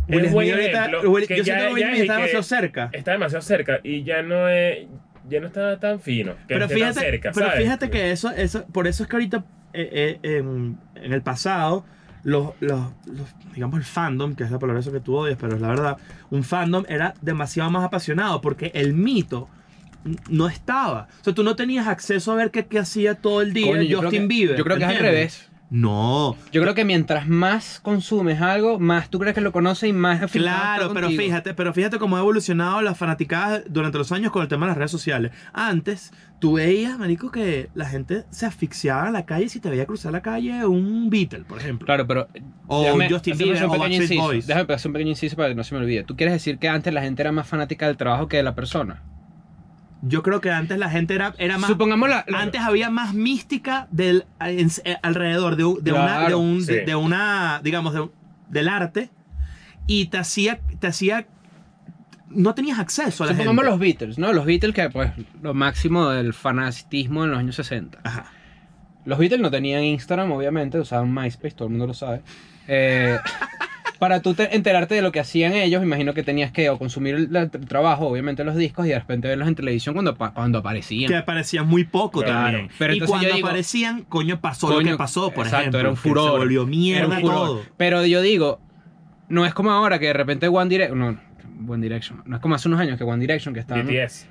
S2: Es
S3: Will
S2: buen
S3: Smith ahorita-
S2: ejemplo
S3: Will-
S2: que ya-
S3: yo siento que Will
S2: ya
S3: Smith
S2: es
S3: está
S2: que-
S3: demasiado cerca.
S2: Está demasiado cerca y ya no es ya no está tan fino. que
S3: Pero
S2: esté tan
S3: fíjate,
S2: cerca,
S3: pero
S2: ¿sabes?
S3: fíjate que eso, eso, por eso es que ahorita eh, eh, en, en el pasado, los, los, los- digamos, el fandom, que es la palabra eso que tú odias, pero es la verdad, un fandom era demasiado más apasionado porque el mito n- no estaba. O sea, tú no tenías acceso a ver qué, qué hacía todo el día
S4: Coño, yo creo
S3: Justin
S4: que-
S3: Bieber.
S4: Yo creo que es al
S3: ¿entiendes?
S4: revés.
S3: No,
S4: Yo creo que mientras más consumes algo, más tú crees que lo conoces y más afinado está
S3: Claro, pero
S4: contigo.
S3: fíjate, pero fíjate cómo ha evolucionado las fanaticadas durante los años con el tema de las redes sociales. Antes, tú veías, marico, que la gente se asfixiaba en la calle si te veía cruzar la calle un Beatle, por ejemplo.
S4: Claro, pero.
S3: O
S4: déjame
S3: Justin
S4: hacer un
S3: Bieber, o
S4: pequeño
S3: Backstreet
S4: inciso.
S3: Boys.
S4: Déjame hacer un pequeño inciso para que no se me olvide. ¿Tú quieres decir que antes la gente era más fanática del trabajo que de la persona?
S3: Yo creo que antes la gente era, era más...
S4: Supongamos la. la-
S3: Antes había más mística del, en- eh, alrededor de, un- de una, de,
S4: Claro,
S3: un-
S2: sí.
S3: de- de una, digamos, de un- del arte y te hacía, te hacía, no tenías acceso a la
S4: Supongamos
S3: gente.
S4: los Beatles, ¿no? Los Beatles que, pues, lo máximo del fanatismo en los años 60.
S3: Ajá.
S4: Los Beatles no tenían Instagram, obviamente, usaban MySpace, todo el mundo lo sabe. Eh, para tú te- enterarte de lo que hacían ellos, imagino que tenías que o consumir el, el trabajo, obviamente los discos, y de repente verlos en televisión cuando, pa- cuando aparecían.
S3: que aparecían muy poco
S2: Claro.
S3: también.
S4: Pero
S3: y
S4: entonces
S3: cuando
S4: yo digo-
S3: aparecían, coño, pasó lo
S4: Coño,
S3: que pasó, por
S4: exacto,
S3: ejemplo.
S4: era un
S3: que
S4: furor.
S3: Se volvió
S4: Era un
S3: mierda
S4: furor.
S3: todo.
S4: Pero yo digo, no es como ahora que de repente One Direction. No, One Direction. No es como hace unos años que One Direction que estaba.
S2: BTS.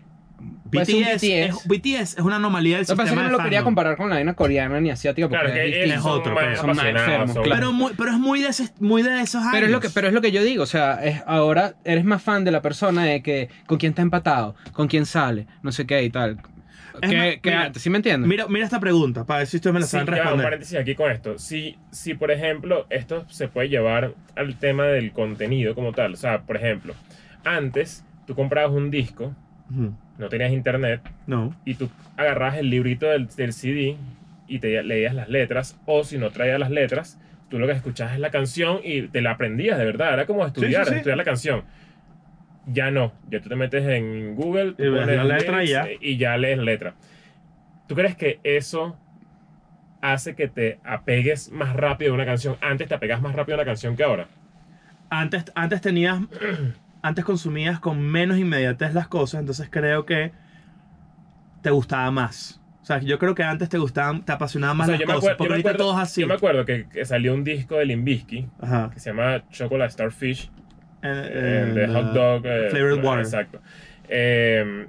S4: Puede ser Pues un
S3: BTS,
S4: BTS.
S3: Es, BTS es una anomalía del
S4: Lo que
S3: sistema
S4: pasa es que no
S3: de
S4: lo quería
S3: fandom.
S4: comparar con la vaina coreana ni asiática porque
S2: Claro, que
S4: es
S2: ellos
S4: distinto.
S3: es
S2: son
S3: otro,
S2: más
S3: pero son
S4: más
S2: apasionados,
S4: enfermos,
S2: son-
S4: claro.
S3: Pero, muy, pero es muy de, ese- muy de esos años.
S4: Pero es, lo que, pero es lo que yo digo, o sea, es ahora eres más fan de la persona de que con quién está empatado, con quién sale, no sé qué y tal.
S3: Es
S4: Que-
S3: más,
S4: que
S3: mira,
S4: antes, ¿Sí me entiendes?
S3: Mira, mira esta pregunta, para ver si ustedes me la
S2: Sí,
S3: saben
S2: ya, un
S3: responder.
S2: paréntesis aquí con esto. Si, si, por ejemplo, esto se puede llevar al tema del contenido como tal. O sea, por ejemplo, antes tú comprabas un disco,
S3: Ujú.
S2: no tenías internet,
S3: No.
S2: y tú agarrabas el librito del, del CD y te leías las letras, o si no traías las letras, tú lo que escuchabas es la canción y te la aprendías de verdad, era como estudiar,
S3: sí, sí.
S2: estudiar la canción. Ya no, ya tú te metes en Google tú
S3: Y ves
S2: pones
S3: la letra y ya.
S2: lyrics, eh, y ya lees la letra. ¿Tú crees que eso hace que te apegues más rápido a una canción? Antes te apegas más rápido a una canción que ahora.
S3: Antes, antes tenías. Antes consumías con menos inmediatez las cosas, entonces creo que te gustaba más. O sea, yo creo que antes te gustaban, te apasionaban más
S2: O sea,
S3: las
S2: yo me
S3: cosas,
S2: acuer- yo
S3: porque
S2: me
S3: ahorita
S2: acuerdo-
S3: todo es así.
S2: Yo me acuerdo que, que salió un disco de Limbisky
S3: Ajá.
S2: que se llama Chocolate Starfish.
S3: Eh,
S2: El de
S3: eh,
S2: hot dog. eh,
S3: Flavored Water.
S2: Exacto. Eh,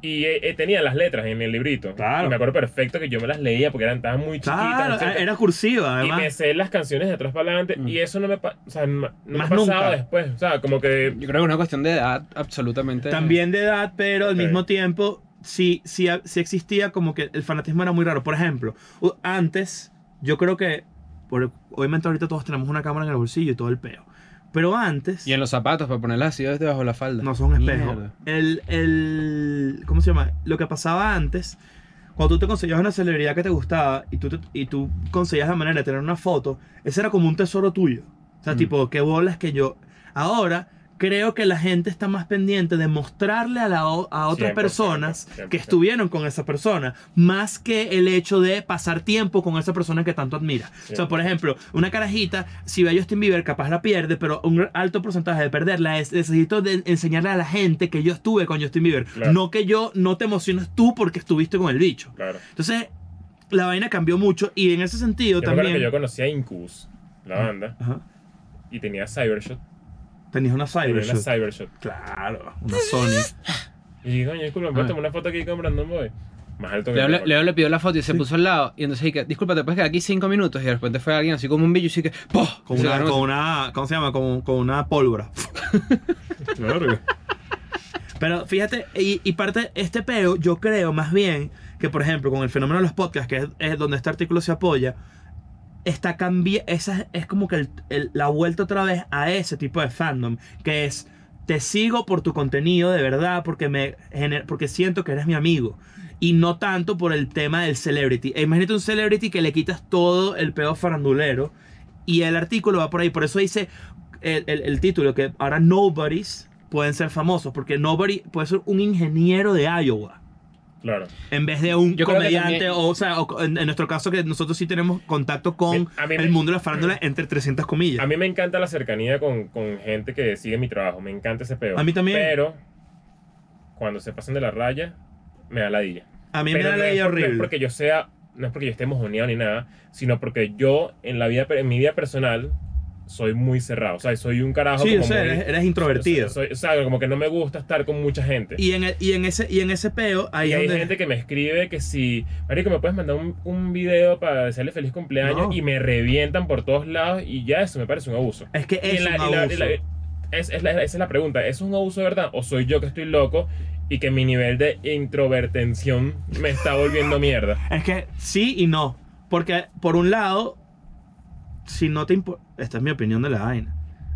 S2: y eh, eh, tenía las letras en el librito.
S3: Claro.
S2: Y me acuerdo perfecto que yo me las leía porque eran estaban muy chiquitas.
S3: Claro,
S2: etcétera.
S3: era cursiva,
S2: y me
S3: además.
S2: sé las canciones de atrás para adelante.
S4: Mm.
S2: Y eso no me, pa- o sea, no no me
S3: Más
S2: ha pasado
S3: nunca.
S2: después. O sea, como que.
S4: Yo creo que es una cuestión de edad absolutamente.
S3: eh, También de edad, pero al
S2: Ok.
S3: mismo tiempo sí, sí, sí existía como que el fanatismo era muy raro. Por ejemplo, u- antes, yo creo que, por- obviamente ahorita todos tenemos una cámara en el bolsillo y todo el peo. Pero antes,
S4: Y en los zapatos para ponerlas así desde bajo la falda.
S3: no son espejos.
S4: Mierda.
S3: El, el, ¿cómo se llama? Lo que pasaba antes, cuando tú te conseguías una celebridad que te gustaba y tú, te- y tú conseguías la manera de tener una foto, ese era como un tesoro tuyo. O sea,
S4: Mm.
S3: tipo, qué bolas que yo. Ahora creo que la gente está más pendiente de mostrarle a, la o- a otras
S2: 100%,
S3: personas
S2: 100%.
S3: que estuvieron con esa persona, más que el hecho de pasar tiempo con esa persona que tanto admira. O sea, por ejemplo, una carajita, si ve a Justin Bieber, capaz la pierde, pero un alto porcentaje de perderla es necesito de enseñarle a la gente que yo estuve con Justin Bieber,
S2: Claro.
S3: no que yo no te emociones tú porque estuviste con el bicho.
S2: Claro.
S3: Entonces, la vaina cambió mucho y en ese sentido
S2: Yo me acuerdo
S3: también. Ah.
S2: que yo conocía a Incubus, la banda,
S3: Ajá.
S2: y tenía Cybershot.
S3: Tenías una
S2: Tenía
S3: Cyber.
S2: una Cybershot.
S3: Claro, una Sony.
S2: Y coño, disculpa, me
S4: Ah.
S2: puedes tomar una foto aquí con Brandon Boy. Más alto que
S4: Leo,
S2: yo.
S4: le- Leo le pidió la foto y se puso al lado. Y entonces dije, disculpa, te puedes quedar aquí cinco minutos. Y de repente fue alguien así como un billo y sí que. ¡Poh!
S3: Con
S4: Se
S3: una,
S4: agarró-
S3: con una. ¿Cómo se llama? Con, con una pólvora. Pero fíjate, y, y parte este peo, yo creo más bien que, por ejemplo, con el fenómeno de los podcasts, que es, es donde este artículo se apoya, está cambi esa es, es como que el- el- la vuelta otra vez a ese tipo de fandom, que es te sigo por tu contenido de verdad porque me gener- porque siento que eres mi amigo y no tanto por el tema del celebrity. E Imagínate un celebrity que le quitas todo el peo farandulero y el artículo va por ahí, por eso dice el, el- el título que ahora nobodies pueden ser famosos porque nobody puede ser un ingeniero de Iowa
S2: Claro.
S3: en vez de un
S4: Yo creo que
S3: comediante
S4: también-
S3: o, o sea o co- en, en nuestro caso que nosotros sí tenemos contacto con
S2: A mí me- Mm.
S3: el mundo de la farándula entre 300 comillas
S2: A mí me encanta la cercanía con, con gente que sigue mi trabajo. Me encanta ese peo.
S3: A mí también.
S2: Pero cuando se pasan de la raya, me da la dilla.
S3: A mí me da la
S2: no es
S3: idea
S2: por- no es
S3: horrible.
S2: porque yo sea no es porque yo esté mojoneado ni nada, sino porque yo en, la vida, en mi vida personal soy muy cerrado. O sea, soy un carajo
S3: Sí, o
S2: como
S3: sea,
S2: muy-
S3: eres, eres introvertido.
S2: soy- o sea, como que no me gusta estar con mucha gente.
S3: Y en, el- y en ese, y en ese peo, ahí
S2: Y hay
S3: es donde-
S2: gente que me escribe que si, Marico, me puedes mandar un, un video para desearle feliz cumpleaños
S3: No.
S2: y me revientan por todos lados y ya eso me parece un abuso.
S3: Es que
S2: Y
S3: es
S2: la-
S3: un
S2: y la- y
S3: abuso.
S2: la- es- es la- esa es la pregunta, ¿es un abuso de verdad o soy yo que estoy loco y que mi nivel de introvertención me está volviendo mierda?
S3: Es que sí y no. Porque, por un lado, si no te importa. Esta es mi opinión de la vaina.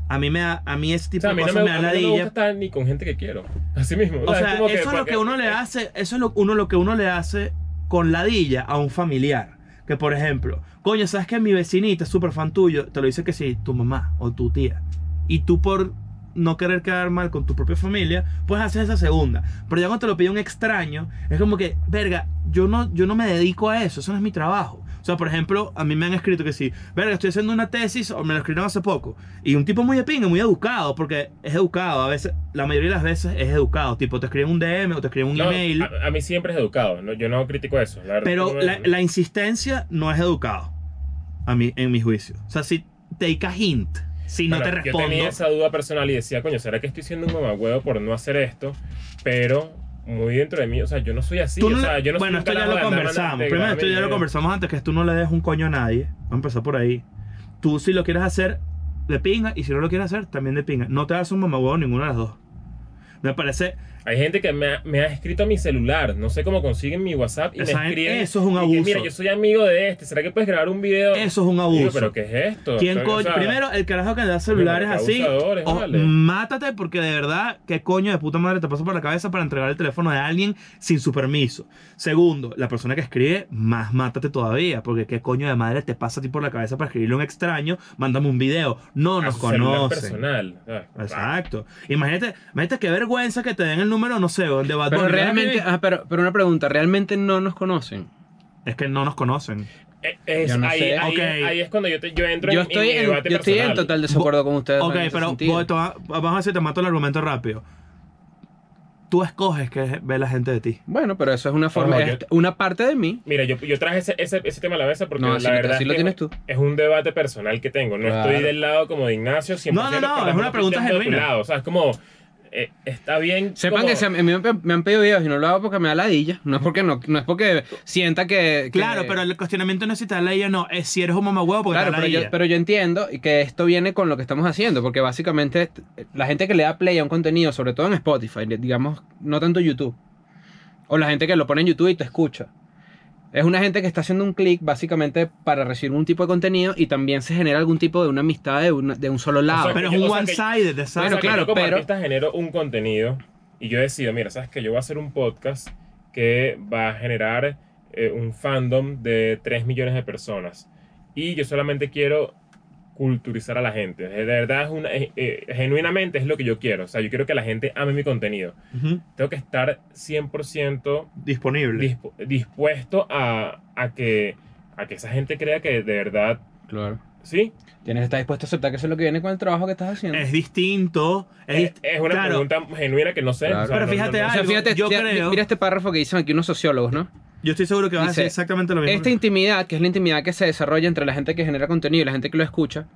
S3: A mí, me da- a mí ese
S2: O
S3: tipo
S2: sea, a mí
S3: de
S2: no
S3: cosas
S2: me,
S3: me
S2: a
S3: da
S2: mí no me
S3: ladilla.
S2: gusta estar ni con gente que quiero. Así mismo.
S3: O sea,
S2: como que- eh,
S3: eso es lo
S2: porque-
S3: que uno le hace, eso es lo, uno, lo que uno le hace con ladilla a un familiar. Que por ejemplo, coño, sabes que mi vecinita es súper fan tuyo, te lo dice que sí, tu mamá o tu tía. Y tú por no querer quedar mal con tu propia familia, puedes hacer esa segunda. Pero ya cuando te lo pide un extraño, es como que, verga, yo no, yo no me dedico a eso, eso no es mi trabajo. O sea, por ejemplo, a mí me han escrito que sí, verga, estoy haciendo una tesis, o me lo escribieron hace poco. Y un tipo muy de pinga, muy educado, porque es educado, a veces, la mayoría de las veces es educado. Tipo, te escriben un DM o te escriben un
S2: No,
S3: email,
S2: a, a mí siempre es educado, no- yo no critico eso. la verdad
S3: pero
S2: que no me-
S3: la, la insistencia no es educado, a mí, en mi juicio. O sea, si take a hint, si no
S2: Bueno,
S3: te respondo.
S2: Yo tenía esa duda personal y decía, coño, ¿será que estoy siendo un mamagüevo por no hacer esto? Pero muy dentro de mí, o sea, yo no soy así.
S3: Tú no
S2: o
S3: le-
S2: sea, yo no soy
S3: bueno,
S2: un
S3: esto ya
S2: carajo
S3: lo
S2: de andar
S3: conversamos.
S2: mandando-
S3: Primero, esto ya lo conversamos antes, que tú no le des un coño a nadie. Vamos a empezar por ahí. Tú si lo quieres hacer, de pinga. Y si no lo quieres hacer, también de pinga. No te das un mamagüevo ninguna de las dos. Me parece...
S2: Hay gente que me ha, me ha escrito a mi celular, no sé cómo consiguen mi WhatsApp y
S3: Esa
S2: me
S3: gente-
S2: escriben.
S3: eso es un
S2: y que,
S3: abuso.
S2: Mira, yo soy amigo de este, ¿será que puedes grabar un video?
S3: Eso es un
S2: Y digo,
S3: abuso.
S2: ¿Pero qué es esto?
S3: ¿Quién
S2: Estoy- o
S3: coño?
S2: sea,
S3: Primero, el carajo que le da celulares
S2: Bueno,
S3: así.
S2: abusadores,
S3: o
S2: vale.
S3: Mátate porque de verdad, ¿qué coño de puta madre te pasa por la cabeza para entregar el teléfono de alguien sin su permiso? Segundo, la persona que escribe, más mátate todavía, porque ¿qué coño de madre te pasa a ti por la cabeza para escribirle a un extraño? Mándame un video. No
S2: a
S3: nos
S2: su celular
S3: conocen.
S2: personal. ¿sabes?
S3: Exacto. Imagínate, imagínate qué vergüenza que te den el número, no sé, de Bad
S4: Pero
S3: Bunny, ¿verdad?
S4: realmente, ah, pero, pero una pregunta, ¿realmente no nos conocen?
S3: Es que no nos conocen.
S2: Eh, es-
S4: Yo no
S2: ahí,
S4: sé.
S2: ahí-
S3: Ok.
S2: ahí es cuando yo, te- yo entro
S4: Yo
S2: en,
S4: estoy
S2: en mi
S4: en,
S2: debate
S4: yo estoy en
S2: personal.
S4: total desacuerdo con ustedes.
S3: Ok,
S4: en ese
S3: pero
S4: sentido.
S3: voy a tomar- vamos a ver si te mato el argumento rápido. Tú escoges que ve la gente de ti.
S4: Bueno, pero eso es una forma,
S2: Ojo, yo-
S4: es una parte de mí.
S2: Mira, yo, yo traje ese, ese, ese tema a la mesa porque
S4: No,
S2: la
S4: así, lo-
S2: verdad
S4: así
S2: es
S4: lo
S2: que
S4: tienes tú.
S2: es un debate personal que tengo. No
S4: Claro.
S2: estoy del lado como de Ignacio. 100%
S3: No, no, no,
S2: pero
S3: es una
S2: tampoco
S3: pregunta
S2: estoy de tu
S3: genuina.
S2: lado. O sea, es como, eh, está bien.
S4: Sepan
S2: como-
S4: que si a mí me, me han pedido videos y no lo hago porque me da ladilla. No es porque no, no es porque sienta que. que-
S3: Claro, pero el cuestionamiento no es si te da la idea o no, es si eres un mamahuevo porque
S4: Claro,
S3: te da
S4: pero
S3: la
S4: yo,
S3: idea.
S4: pero yo entiendo y que esto viene con lo que estamos haciendo, porque básicamente eh, la gente que le da play a un contenido, sobre todo en Spotify, le- digamos, no tanto YouTube, o la gente que lo pone en YouTube y te escucha, es una gente que está haciendo un clic básicamente para recibir un tipo de contenido y también se genera algún tipo de una amistad de, una- de un solo lado.
S2: sea,
S3: Pero
S2: yo-
S3: es un
S2: o sea que-
S3: one-sided,
S2: O sea,
S3: ¿sabes?
S4: Bueno,
S2: que
S4: claro,
S2: yo como
S4: pero-
S2: artista genero un contenido y yo decido, mira, sabes que yo voy a hacer un podcast que va a generar eh, un fandom de 3 millones de personas. Y yo solamente quiero culturizar a la gente. De verdad, es una, eh, eh, genuinamente es lo que yo quiero. O sea, yo quiero que la gente ame mi contenido.
S3: Ujú.
S2: Tengo que estar 100%
S3: Disponible.
S2: dispu- dispuesto a, a que, a que esa gente crea que de verdad,
S4: Claro.
S2: ¿sí?
S4: Tienes que estar dispuesto a aceptar que eso es lo que viene con el trabajo que estás haciendo.
S3: es distinto. Es,
S4: Eh,
S2: Es,
S3: dist-
S2: es una
S3: claro,
S2: pregunta genuina que no sé.
S4: Claro.
S3: Pero
S2: no-
S3: fíjate
S2: no- no
S3: ah,
S4: O
S2: sé.
S4: sea,
S3: algo,
S4: fíjate,
S3: yo
S4: fíjate-
S3: creo-
S4: mira este párrafo que dicen aquí unos sociólogos, ¿no?
S3: Yo estoy seguro que vas a
S4: Dice,
S3: decir exactamente lo mismo.
S4: Esta intimidad, que es la intimidad que se desarrolla entre la gente que genera contenido y la gente que lo escucha,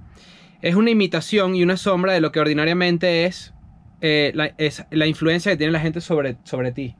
S4: es una imitación y una sombra de lo que ordinariamente es, eh, la, es la influencia que tiene la gente sobre, sobre ti.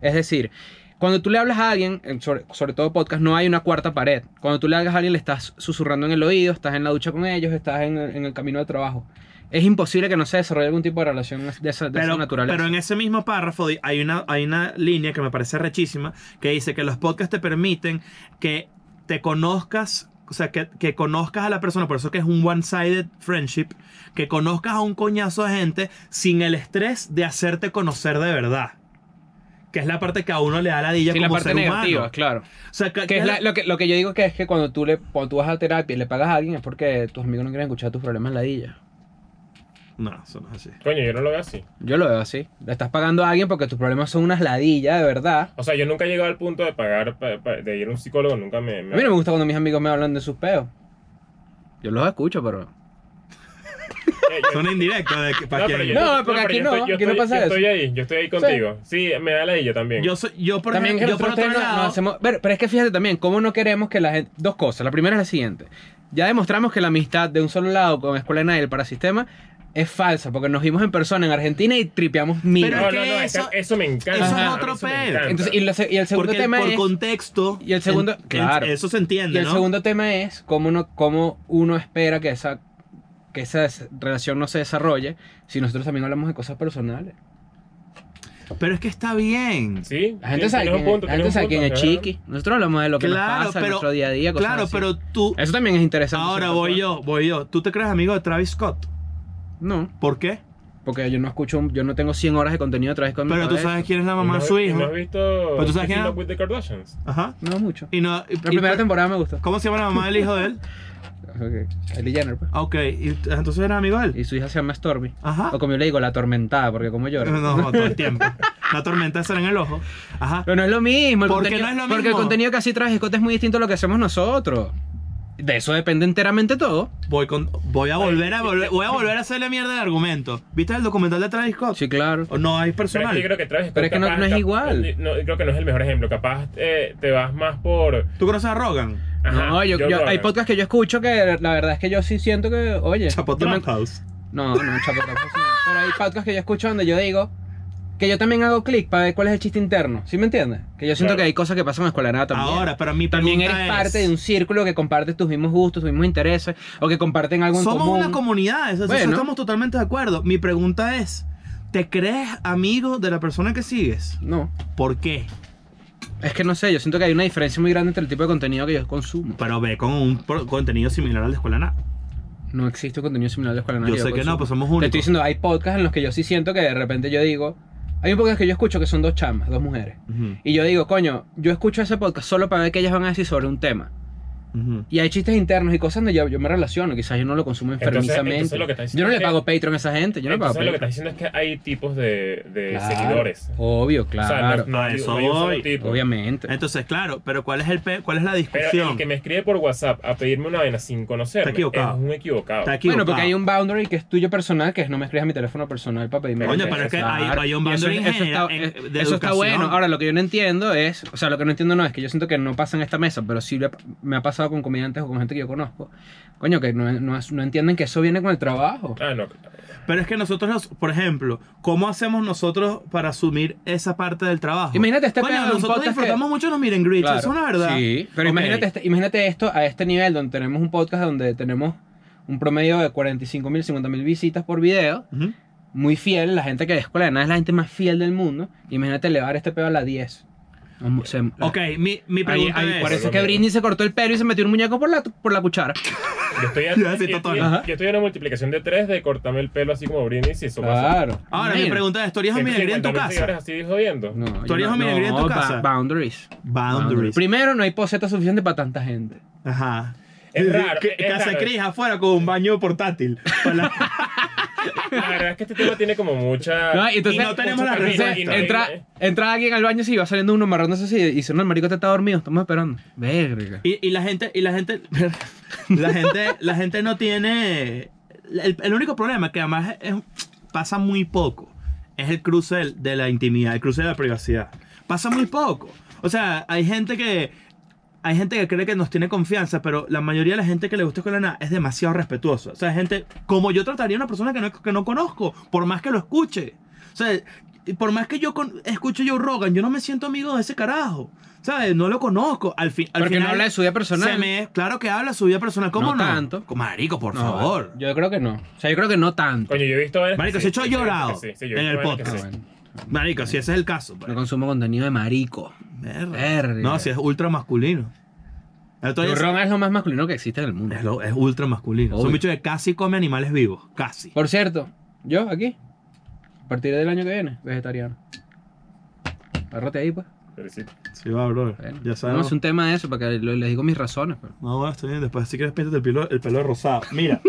S4: Es decir, cuando tú le hablas a alguien, eh, sobre, sobre todo podcast, no hay una cuarta pared. Cuando tú le hablas a alguien, le estás susurrando en el oído, estás en la ducha con ellos, estás en, en el camino de trabajo. Es imposible que no se desarrolle algún tipo de relación de esa, de esa
S3: pero,
S4: naturaleza.
S3: pero en ese mismo párrafo di- hay una, hay una línea que me parece rechísima que dice que los podcasts te permiten que te conozcas, o sea, que, que conozcas a la persona, por eso que es un one-sided friendship, que conozcas a un coñazo de gente sin el estrés de hacerte conocer de verdad. Que es la parte que a uno le da la dilla
S4: Sí, la
S3: como
S4: parte
S3: ser humano.
S4: negativa, claro.
S3: O sea, que,
S4: Que es la- lo, que, lo que yo digo que es que cuando tú, le, cuando tú vas a terapia y le pagas a alguien es porque tus amigos no quieren escuchar tus problemas ladilla.
S3: No, eso no es así.
S2: Coño, yo no lo veo así.
S4: Yo lo veo así. Le estás pagando a alguien porque tus problemas son unas ladillas, de verdad.
S2: O sea, yo nunca he llegado al punto de pagar, pa- pa- de ir a un psicólogo, nunca me...
S4: A mí no me gusta cuando mis amigos me hablan de sus peos. Yo los escucho, pero...
S2: Eh, yo-
S3: Son indirectos de que- para
S2: no,
S3: quien-
S2: pero yo-
S4: No, porque
S2: pero
S4: aquí
S2: yo
S4: no,
S2: estoy- yo
S4: aquí no
S2: estoy-
S4: pasa
S2: yo
S4: eso.
S2: estoy ahí, yo estoy ahí contigo. Sí, me da la ella también.
S3: Yo, soy- yo por
S4: también que
S3: ejemplo, yo por
S4: nosotros
S3: otro
S4: no-
S3: lado,
S4: no hacemos- Pero, pero es que fíjate también, cómo no queremos que la gente. Dos cosas. La primera es la siguiente. Ya demostramos que la amistad de un solo lado con Escuela de Nada y el Parasistema es falsa, porque nos vimos en persona en Argentina y tripeamos mil.
S3: Pero
S2: no,
S3: es
S2: no,
S3: que
S2: no, eso,
S3: eso-
S2: eso me encanta.
S4: eso es
S2: Ajá.
S3: otro
S2: Eso me
S3: pedo.
S2: encanta.
S4: Entonces, y, la se- y el segundo
S3: porque
S4: tema
S3: por
S4: es.
S3: contexto.
S4: y el segundo-
S3: en- en-
S4: claro.
S3: Eso se
S4: Y
S3: entiende,
S4: el
S3: ¿no?
S4: segundo tema es cómo, no, cómo uno espera que esa, que esa des- relación no se desarrolle si nosotros también hablamos de cosas personales.
S3: Pero es que está bien.
S2: sí,
S4: La gente
S2: sí,
S4: sabe
S2: tienes
S4: quién,
S2: un punto,
S4: la gente
S2: tienes un
S4: sabe quién
S2: punto,
S4: es Chiqui. Nosotros hablamos de lo que
S3: Claro,
S4: nos pasa en
S3: pero-
S4: nuestro día a día. cosas
S3: Claro,
S4: así.
S3: pero tú.
S4: Eso también es interesante.
S3: Ahora
S4: ¿cierto?
S3: voy yo, voy yo. ¿Tú te crees amigo de Travis Scott?
S4: No,
S3: ¿Por qué?
S4: porque yo no escucho, yo no tengo 100 horas de contenido otra vez con mi
S3: Pero tú
S4: cabeza.
S3: sabes quién es la
S2: ¿verdad?
S3: mamá
S2: ¿Y
S3: de
S2: no-
S3: su
S2: y
S3: hijo.
S2: ¿No has visto
S3: ¿Pero tú sabes quién
S2: Keeping
S3: era?
S2: Up with the Kardashians?
S3: Ajá.
S4: No mucho.
S3: Y no, y-
S4: La
S3: y-
S4: primera temporada me gustó.
S3: ¿Cómo se llama la mamá del hijo de él?
S4: Ok, Kylie Jenner, pues.
S3: Ah, Ok, y, entonces era amigo de él.
S4: Y su hija se llama Stormy.
S3: Ajá.
S4: O como yo le digo, la atormentada, porque como llora.
S3: Ah. No, no, todo el tiempo. La tormenta será en el ojo. Ajá.
S4: Pero no es lo mismo. el
S3: ¿Por qué
S4: contenido-
S3: no es lo
S4: Porque el
S3: mismo?
S4: contenido que así trae Scott es muy distinto a lo que hacemos nosotros. De eso depende enteramente todo.
S3: Voy, con, voy a volver a volver, voy a volver a hacerle mierda el argumento. ¿Viste el documental de Travis Scott?
S4: Sí, claro.
S3: ¿O no hay
S2: Pero es que
S3: personal?
S2: yo creo que Travis Scott
S4: Pero es que no-
S2: capaz-
S4: no es
S2: cap-
S4: igual.
S2: No, creo que no es el mejor ejemplo. Capaz eh, te vas más por.
S3: ¿Tú conoces a Rogan?
S2: ajá,
S4: no, yo,
S2: Joe
S4: yo- hay
S2: Rogan.
S4: podcasts que yo escucho que la verdad es que yo sí siento que, oye.
S3: Chapo
S4: yo pues me-
S3: House.
S4: No, no, chapo tampoco, sí. Pero hay podcasts que yo escucho donde yo digo que yo también hago clic para ver cuál es el chiste interno. ¿Sí me entiendes? Que yo siento
S2: Claro.
S4: que hay cosas que pasan en la escuela de nada también.
S3: Ahora, pero mi
S4: También
S3: pregunta
S4: eres
S3: es,
S4: parte de un círculo que comparte tus mismos gustos, tus mismos intereses, o que comparten algo en
S3: Somos
S4: común.
S3: una comunidad, eso, eso
S4: Bueno.
S3: estamos totalmente de acuerdo. Mi pregunta es, ¿te crees amigo de la persona que sigues?
S4: No,
S3: ¿Por qué?
S4: es que no sé, yo siento que hay una diferencia muy grande entre el tipo de contenido que yo consumo.
S3: Pero ve con un pro- contenido similar al de Escuela Nada.
S4: No existe contenido similar a la escuela de nada
S3: Yo sé que
S4: consumo.
S3: no, pues somos
S4: Te
S3: únicos.
S4: estoy diciendo, hay podcasts en los que yo sí siento que de repente yo digo. Hay un podcast que yo escucho que son dos chamas, dos mujeres.
S3: Ujú,
S4: Y yo digo, coño, yo escucho ese podcast solo para ver qué ellas van a decir sobre un tema.
S3: ujú.
S4: Y hay chistes internos y cosas donde yo, yo me relaciono, quizás yo no lo consumo
S2: Entonces-
S4: enfermizamente.
S2: entonces lo que está diciendo
S4: yo no le
S2: es que-
S4: pago Patreon a esa gente, yo no le pago
S2: Entonces, lo que
S4: Patreon.
S2: estás diciendo es que hay tipos de, de
S4: Claro,
S2: seguidores.
S4: Obvio,
S2: O sea,
S4: claro.
S2: no- no,
S3: A
S2: hay-
S3: eso
S2: no hay un solo
S3: voy.
S2: tipo.
S4: obviamente.
S3: Entonces, claro, pero ¿cuál es, el pe- cuál es la
S2: Pero
S3: discusión?
S2: el que me escribe por WhatsApp a pedirme una vaina sin conocerme
S3: Está equivocado.
S2: es un equivocado.
S3: Está aquí
S4: Bueno, porque hay un boundary que es tuyo personal, que es no me escribas a mi teléfono personal para pedirme.
S2: Coño,
S4: algo.
S2: pero es que
S4: Claro.
S3: hay- hay un
S4: Y eso-
S3: boundary en
S4: eso,
S3: general, en-
S4: está, eh, eso
S3: de
S4: está
S3: educación.
S4: bueno. Ahora, lo que yo no entiendo es, o sea, lo que no entiendo no es que yo siento que no pasa en esta mesa, pero sí le- me ha pasado con comediantes o con gente que yo conozco. Coño, que no, no- no entienden que eso viene con el trabajo.
S2: Ah, no.
S3: Pero es que nosotros, nos- por ejemplo, ¿cómo hacemos nosotros para asumir esa parte del trabajo?
S4: Imagínate este
S3: Coño,
S4: pedo de un
S3: nosotros
S4: podcast
S3: disfrutamos mucho los miren greets,
S4: Claro.
S3: eso es una verdad.
S4: Sí, pero
S3: Ok.
S4: imagínate, este- imagínate esto a este nivel donde tenemos un podcast donde tenemos un promedio de 45.000, 50.000 visitas por video.
S3: Ujú.
S4: muy fiel, la gente que de escuela de nada es la gente más fiel del mundo. Imagínate elevar este pedo a la 10. Vamos, se-
S3: Ok, mi, mi
S4: Ahí-
S3: pregunta
S4: ahí
S3: es...
S4: parece que Britney se cortó el pelo y se metió un muñeco por la, por la cuchara.
S2: Yo estoy, a-
S3: Yo iba a decir
S2: yo,
S3: Totona.
S2: yo-
S4: Ajá.
S2: yo estoy en una multiplicación de tres de cortarme el pelo así como Britney si eso pasa.
S4: Claro.
S3: Ahora, mi
S4: Mira.
S3: pregunta es, ¿tú harías un miren greet en tu
S2: 150.000 seguidores
S3: casa?
S2: así jodiendo.
S4: No, yo
S3: harías un minigrid en
S4: ba-
S3: tu casa?
S4: Boundaries. Primero, no hay poseta suficiente para tanta gente.
S3: Ajá.
S2: Es raro,
S3: Que,
S2: es
S3: que hace
S2: raro.
S3: Cris afuera con un baño portátil. Para la-
S2: La verdad es que este tema tiene como mucha...
S4: No, y entonces-
S3: y no tenemos la
S2: camino,
S4: Entonces,
S3: respuesta.
S2: y no hay-
S4: entra,
S3: eh.
S4: entra alguien al baño y va saliendo uno marrándose así y dice, no, el marico te está dormido, estamos esperando. Verga.
S3: Y, y la gente, y la gente, la gente, la gente no tiene. El, el único problema que además es- pasa muy poco es el cruce del- de la intimidad, el cruce de la privacidad. Pasa muy poco. O sea, hay gente que hay gente que cree que nos tiene confianza, pero la mayoría de la gente que le gusta Escuela de Nada es demasiado respetuosa. O sea, gente como yo trataría a una persona que no, que no conozco, por más que lo escuche. O sea, y por más que yo con- escuche Joe Rogan, yo no me siento amigo de ese carajo. ¿Sabes? No lo conozco. Al, fin, al
S4: Porque
S3: final,
S4: no habla de su vida personal.
S3: se me- claro que habla de su vida personal. ¿Cómo
S4: No
S3: no?
S4: tanto.
S3: Marico, por
S4: No,
S3: favor.
S4: Yo creo que no. O sea, yo creo que no tanto.
S2: Coño, yo he visto... vainas
S3: Marico,
S2: que
S3: se echó a
S2: que que
S3: llorar
S2: sí, sí, yo he visto
S3: en
S2: vainas
S3: el
S2: que
S3: podcast.
S2: sí.
S4: bueno.
S3: Marico, si ese es el caso. pues.
S4: No consumo contenido de marico.
S3: Verga.
S4: Verga.
S3: No, si es ultra masculino. El otro día-
S4: Turrón es lo más masculino que existe en el mundo.
S3: es, lo- es ultra masculino.
S4: Obvio.
S3: Son bichos que casi come animales vivos. Casi.
S4: Por cierto, yo aquí, a partir del año que viene, vegetariano. Párrate ahí, pues.
S2: Pero sí.
S3: Sí, va, bro.
S4: Bueno,
S3: Ya
S4: Vamos
S3: sabemos.
S4: a un tema de eso para que lo- les digo mis razones. pues. pero-
S3: No, bueno, está bien. Después, si quieres, píntate el pelo, el pelo de rosado. Mira,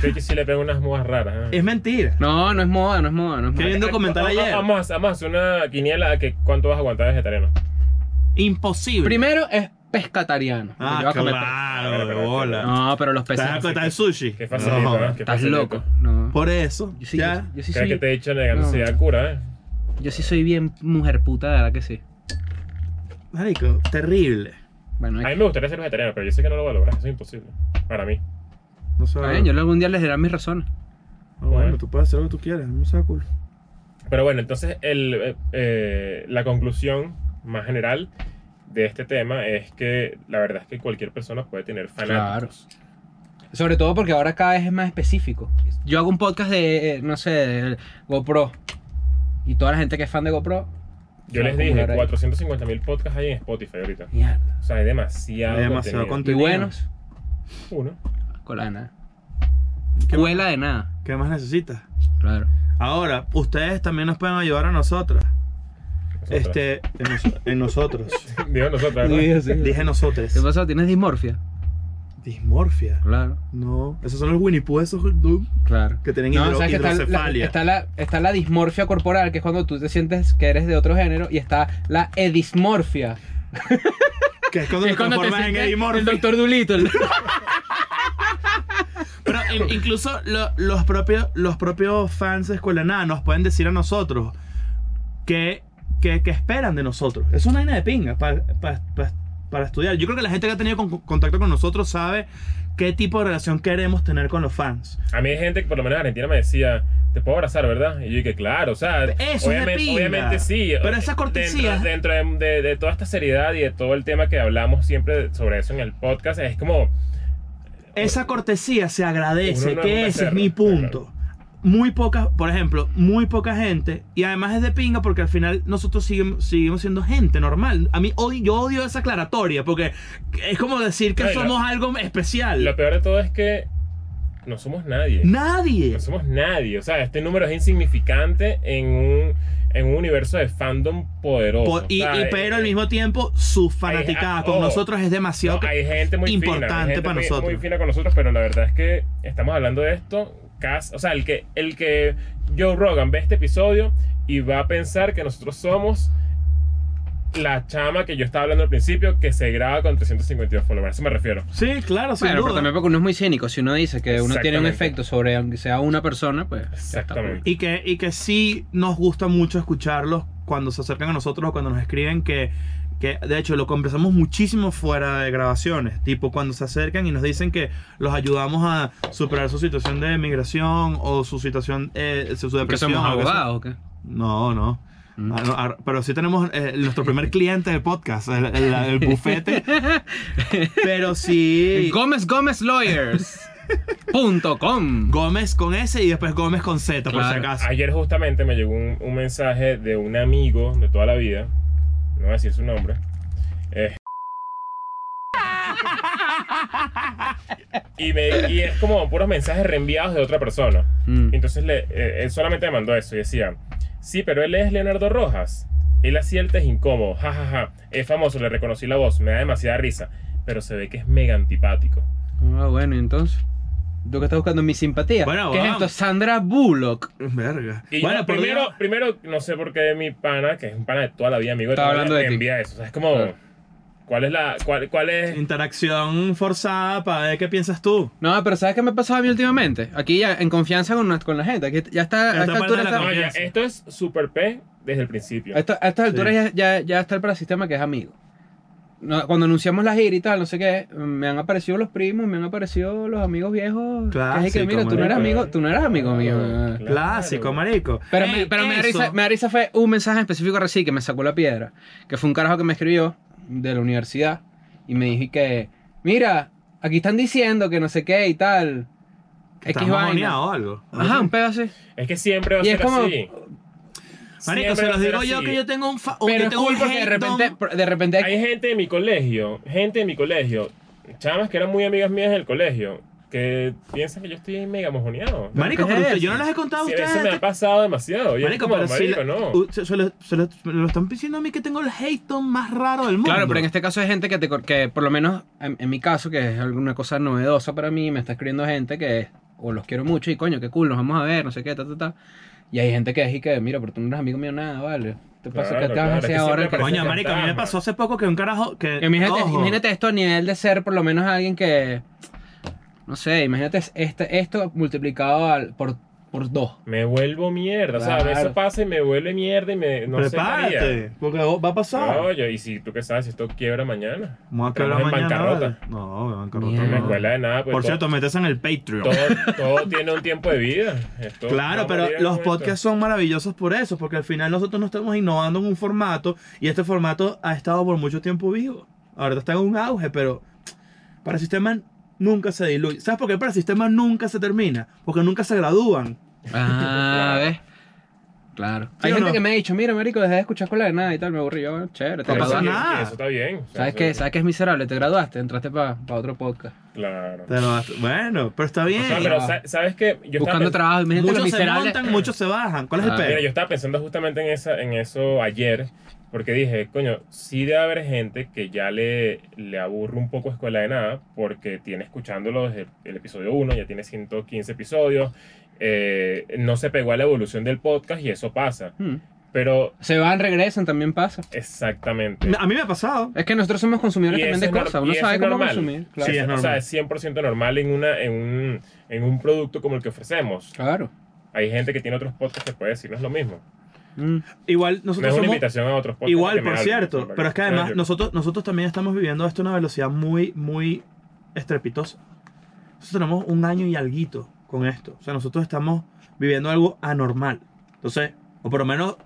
S2: Creo que sí le pego unas modas raras. ¿eh?
S3: es mentira.
S4: No, no es moda, no es moda, no es
S3: Que hay
S4: moda.
S3: un documental
S2: Vamos-
S3: ayer.
S2: Vamos, a- vamos a hacer una quiniela de que cuánto vas a aguantar vegetariano.
S3: Imposible.
S4: Primero es pescatariano. porque yo
S3: Ah,
S4: iba a comer
S3: claro, de
S2: Pero-
S4: pe-
S3: bola.
S4: No, pero los peces.
S3: ¿Estás acá- estás en sushi?
S2: Qué facilito,
S3: No,
S2: ¿eh? Qué
S4: Estás
S2: facilito.
S4: loco. No.
S3: Por eso,
S4: Yo sí,
S3: ya.
S4: yo, yo sí
S2: Cada que
S4: soy,
S2: te he dicho negándose
S4: No.
S2: a cura, ¿eh?
S4: yo sí soy bien mujer puta, de verdad que sí.
S3: Marico, terrible.
S4: Bueno,
S2: A mí
S4: hay-
S2: me gustaría ser vegetariano, pero yo sé que no lo voy a lograr, eso es imposible. Para mí.
S3: No sé.
S4: está bien, yo algún día les daré mis razones.
S3: Ah, bueno, tú puedes hacer lo que tú quieras, no sea cool.
S2: Pero bueno, entonces el, eh, eh, la conclusión más general de este tema es que la verdad es que cualquier persona puede tener fanáticos.
S4: Sobre todo porque ahora cada vez es más específico. Yo hago un podcast de, eh, no sé, de GoPro. Y toda la gente que es fan de GoPro.
S2: Yo
S4: se va
S2: les
S4: a
S2: dije,
S4: acumular ahí.
S2: 450.000 podcasts hay en Spotify ahorita.
S4: Mierda.
S2: O sea, hay demasiado,
S3: Hay demasiado
S4: Y
S3: contenido.
S4: buenos,
S2: Uno.
S4: cola de nada.
S3: ¿Qué más-
S4: Cuela de nada.
S3: ¿Qué más necesitas?
S4: Claro.
S3: Ahora, ustedes también nos pueden ayudar a nosotras.
S2: Nosotras.
S3: Este, en, nos- en nosotros.
S2: Digo nosotros, ¿verdad?
S3: Dije nosotros.
S4: ¿Qué pasó? ¿Tienes dismorfia?
S3: Dismorfia.
S4: Claro,
S3: No, esos son los Winnie Pooh esos du-
S4: claro.
S3: que tienen
S4: No,
S3: hidro-
S4: sabes que está la,
S3: hidrocefalia.
S4: está la- está la dismorfia corporal, que es cuando tú te sientes que eres de otro género, y está la edismorfia.
S3: Que es cuando
S4: que
S3: te
S4: es cuando te
S3: transformas en
S4: sientes
S3: Eddie Murphy.
S4: el doctor Doolittle.
S3: Pero in- incluso lo- los, propios, los propios fans de Escuela de Nada nos pueden decir a nosotros que, que, que esperan de nosotros. Es una vaina de pinga para, para, para, estudiar. Yo creo que la gente que ha tenido con- contacto con nosotros sabe qué tipo de relación queremos tener con los fans.
S2: A mí hay gente que por lo menos en Argentina me decía, te puedo abrazar, ¿verdad? Y yo dije, claro, o sea,
S3: Eso es de
S2: obviamente,
S3: pinga.
S2: obviamente sí. eh,
S3: Pero esa cortesía-
S2: Dentro, dentro de, de- de toda esta seriedad y de todo el tema que hablamos siempre sobre eso en el podcast, es como...
S3: Esa cortesía se agradece,
S2: Uno no es
S3: que
S2: un
S3: ese es
S2: becerro,
S3: mi punto. Muy poca, por ejemplo, muy poca gente. Y además es de pinga porque al final nosotros seguimos, seguimos siendo gente normal. A mí odio, yo odio esa aclaratoria porque es como decir que
S2: Ay, lo-
S3: somos algo especial.
S2: Lo peor de todo es que no somos nadie.
S3: Nadie.
S2: No somos nadie. O sea, este número es insignificante en un, en un universo de fandom poderoso.
S3: Por- y,
S2: O sea,
S3: y-
S2: eh,
S3: pero al mismo tiempo, su fanaticada
S2: ah,
S3: con
S2: oh.
S3: nosotros es demasiado.
S2: no, hay gente muy fina, hay
S3: importante
S2: gente
S3: para
S2: muy-
S3: nosotros.
S2: Muy fina con nosotros, pero la verdad es que estamos hablando de esto. cas- o sea, el que, el que Joe Rogan ve este episodio y va a pensar que nosotros somos la chama que yo estaba hablando al principio, que se graba con 352 followers. A eso me refiero.
S3: sí, claro, sin
S4: Bueno, pero
S3: duda.
S4: también porque uno es muy cínico. Si uno dice que uno tiene un
S2: Exactamente.
S4: efecto sobre aunque sea una persona, pues. ya está.
S2: Exactamente.
S3: Y que, y que sí nos gusta mucho escucharlos cuando se acercan a nosotros o cuando nos escriben que, que de hecho lo conversamos muchísimo fuera de grabaciones, tipo cuando se acercan y nos dicen que los ayudamos a superar su situación de migración o su situación, eh, su, su
S4: Porque
S3: depresión.
S4: somos
S3: o algo así.
S4: abogados, ¿o qué?
S3: No, no.
S4: Mm.
S3: Ah, no, ah, pero sí tenemos eh, nuestro primer cliente del podcast, el, el- el bufete. pero sí...
S4: Gómez Gómez Lawyers. punto com.
S3: Gómez con S y después Gómez con Z, por si
S4: Claro.
S3: acaso.
S2: Ayer justamente me llegó un, un mensaje de un amigo de toda la vida. No voy a decir su nombre. eh, y, me- y es como puros mensajes reenviados de otra persona.
S4: Mm.
S2: Y Entonces le- eh, él solamente me mandó eso y decía, sí, pero él es Leonardo Rojas. Él hacía el test incómodo, jajaja. Es famoso, le reconocí la voz, me da demasiada risa. Pero se ve que es mega antipático.
S4: Ah, bueno, ¿y entonces. ¿Tú que estás buscando mi simpatía?
S3: Bueno,
S4: ¿Qué es
S3: vamos.
S4: esto? Sandra Bullock.
S3: Verga.
S2: Y
S3: bueno,
S2: yo,
S3: por
S2: primero,
S3: Dios.
S2: primero, no sé por qué mi pana, que es un pana de toda la vida, amigo,
S4: Estaba
S2: toda la
S4: hablando
S2: vida,
S4: de
S2: me
S4: ti.
S2: envía eso. O sea, es como,
S4: Claro.
S2: ¿cuál es la, cuál, cuál es?
S3: Interacción forzada para ver qué piensas tú.
S4: No, pero ¿sabes qué me ha pasado a mí últimamente? Aquí ya en confianza con, con la gente. Aquí ya está.
S3: Esta
S4: A esta
S3: parte
S4: altura,
S3: de la
S4: está-
S2: No, ya,
S3: confianza.
S2: esto es super P desde el principio.
S4: a esta- a estas
S3: Sí.
S4: alturas ya, ya- ya está el parasistema que es amigo. No, cuando anunciamos la gira y tal, no sé qué, me han aparecido los primos, me han aparecido los amigos viejos.
S3: Clásico,
S4: que es que, mira, tú no eras
S2: marico.
S4: amigo, tú no eras amigo mío.
S2: Claro.
S3: Clásico, marico.
S4: Pero,
S3: Ey,
S4: me, pero me, da
S3: eso.
S4: risa, me da risa fue un mensaje en específico recién que me sacó la piedra. Que fue un carajo que me escribió de la universidad y me dije que, mira, aquí están diciendo que no sé qué y tal.
S3: Estás
S4: X vaina.
S3: mamoneado o algo.
S4: Ajá, un pedo así.
S2: Es que siempre va a
S4: Y es
S2: ser
S4: como-
S2: así.
S3: Marico,
S2: Siempre
S3: se
S2: va a
S3: los
S2: ser
S3: digo yo
S2: así.
S3: que yo tengo un fa o que
S4: Pero es
S3: tengo
S4: cool
S3: un
S4: porque de
S3: hate
S4: repente,
S3: dom-
S4: de repente
S2: Hay gente de mi colegio, gente de mi colegio, chamas que eran muy amigas mías del colegio, que piensan que yo estoy mega mojoneado.
S3: Marico,
S4: ¿Qué es
S3: pero usted-
S4: eso?
S3: yo no les he contado a
S2: Sí, eso me
S3: ustedes.
S2: ha pasado demasiado. Y es
S3: Marico,
S2: como,
S3: pero si
S2: marico,
S3: la-
S2: no.
S3: u- se, se lo, se lo- me lo están diciendo a mí que tengo el hate dom más raro del mundo.
S4: Claro, pero en este caso hay gente que, te, cor- que por lo menos en, en mi caso, que es alguna cosa novedosa para mí, me está escribiendo gente que o los quiero mucho y coño, qué cool, nos vamos a ver, no sé qué, ta, ta, ta. Y hay gente que es y que, mira, pero tú no eres amigo mío nada, vale. Te pasa que te
S2: Claro,
S4: vas a
S2: claro, es
S4: hacer
S2: que
S4: ahora.
S2: siempre
S4: Que-
S2: parece
S3: Coño, marica, a mí me
S2: fantasma.
S3: pasó hace poco que un carajo que...
S4: que Imagínate,
S3: ojo,
S4: imagínate esto a nivel de ser por lo menos alguien que, no sé, imagínate este, esto multiplicado al- por, por dos.
S2: Me vuelvo mierda. O sea,
S4: Claro.
S2: eso pasa y me vuelve mierda y me. No sé, María.
S3: prepárate, porque va a pasar.
S2: Oye, y si tú qué sabes, si esto quiebra mañana.
S3: Vamos a
S2: Estamos
S3: quebrar
S2: en
S3: mañana.
S2: bancarrota.
S3: vale. No, en bancarrota
S4: Mierda.
S2: En
S3: no.
S2: la escuela de nada, pues.
S3: Mm. Por
S2: todo-
S3: cierto, métese en el Patreon.
S2: Todo, todo tiene un tiempo de vida. Esto- vamos
S3: Claro,
S2: a morir
S3: pero
S2: en
S3: los
S2: algún momento.
S3: podcasts son maravillosos por eso, porque al final nosotros no estamos innovando en un formato y este formato ha estado por mucho tiempo vivo. Ahora está en un auge, pero para el sistema nunca se diluye. ¿Sabes por qué para el sistema nunca se termina? Porque nunca se gradúan.
S4: Ah, ¿ves? Claro.
S3: ¿Sí
S4: hay
S3: o
S4: gente
S3: no?
S4: que me ha dicho, mira, marico, dejé de escuchar escuela de nada y tal, me aburrí. Yo, bueno, chévere, te
S3: No pasa
S2: Eso-
S4: graduaste.
S3: nada.
S2: Eso está bien. O sea,
S4: ¿Sabes
S2: eso-
S4: qué? ¿Sabes qué es miserable? Te graduaste, entraste para otro podcast.
S2: Claro.
S3: Pero, bueno, pero está bien.
S2: O sea, pero sa- sabes que yo estaba,
S4: Buscando
S2: pens-
S4: trabajo. Imagínate lo
S3: muchos se
S4: miserable.
S3: montan, muchos se bajan. ¿Cuál es el
S4: Ah.
S2: mira,
S3: pedo?
S2: yo estaba pensando justamente en esa, en eso ayer, porque dije, coño, sí debe haber gente que ya le, le aburre un poco escuela de nada, porque tiene escuchándolo desde el episodio 1, ya tiene 115 episodios, eh, no se pegó a la evolución del podcast y eso pasa.
S4: Hmm.
S2: Pero
S4: Se van, regresan, también pasa.
S2: exactamente.
S3: A mí me ha pasado.
S4: Es que nosotros somos consumidores
S2: Y
S4: también
S2: eso
S4: de
S2: es nor-
S4: cosas.
S2: y
S4: Uno
S2: eso
S4: sabe
S2: es
S4: cómo
S2: normal.
S4: consumir. Claro.
S3: Sí, es
S2: o sea,
S3: normal.
S2: es 100% normal en, una, en, un, en un producto como el que ofrecemos.
S4: Claro.
S2: Hay gente que tiene otros podcasts que puede decir, no es lo mismo.
S4: Mm.
S3: Igual
S2: No es
S3: nosotros
S2: una
S3: somos,
S2: invitación a otros podcasts. que
S3: Igual,
S2: me
S3: por
S2: hablen,
S3: cierto.
S2: sino
S3: Pero es que
S2: o sea,
S3: además
S2: yo-
S3: nosotros, nosotros también estamos viviendo esto a una velocidad muy, muy estrepitosa. Nosotros tenemos un año y alguito con esto. O sea, nosotros estamos viviendo algo anormal. Entonces, o por lo menos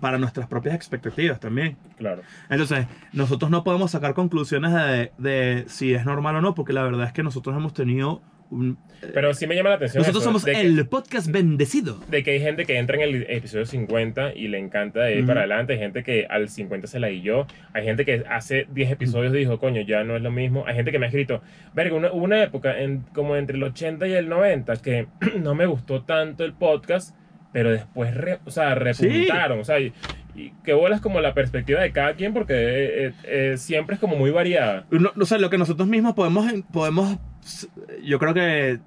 S3: para nuestras propias expectativas también.
S2: Claro.
S3: Entonces, nosotros no podemos sacar conclusiones de, de si es normal o no, porque la verdad es que nosotros hemos tenido... un-
S2: Pero sí me llama la atención.
S3: nosotros
S2: eso,
S3: somos
S2: de que-
S3: el podcast bendecido.
S2: de que hay gente que entra en el episodio 50 y le encanta de ir
S4: Ujú.
S2: para adelante, hay gente que al 50 se la guilló, hay gente que hace 10 episodios dijo, coño, ya no es lo mismo, hay gente que me ha escrito, verga, una, hubo una época en, como entre el 80 y el 90 que no me gustó tanto el podcast, pero después, re- o sea, repuntaron, o sea, y, y que bolas como la perspectiva de cada quien porque eh, eh, eh, siempre es como muy variada.
S3: No, o sea, lo que nosotros mismos podemos, podemos yo creo que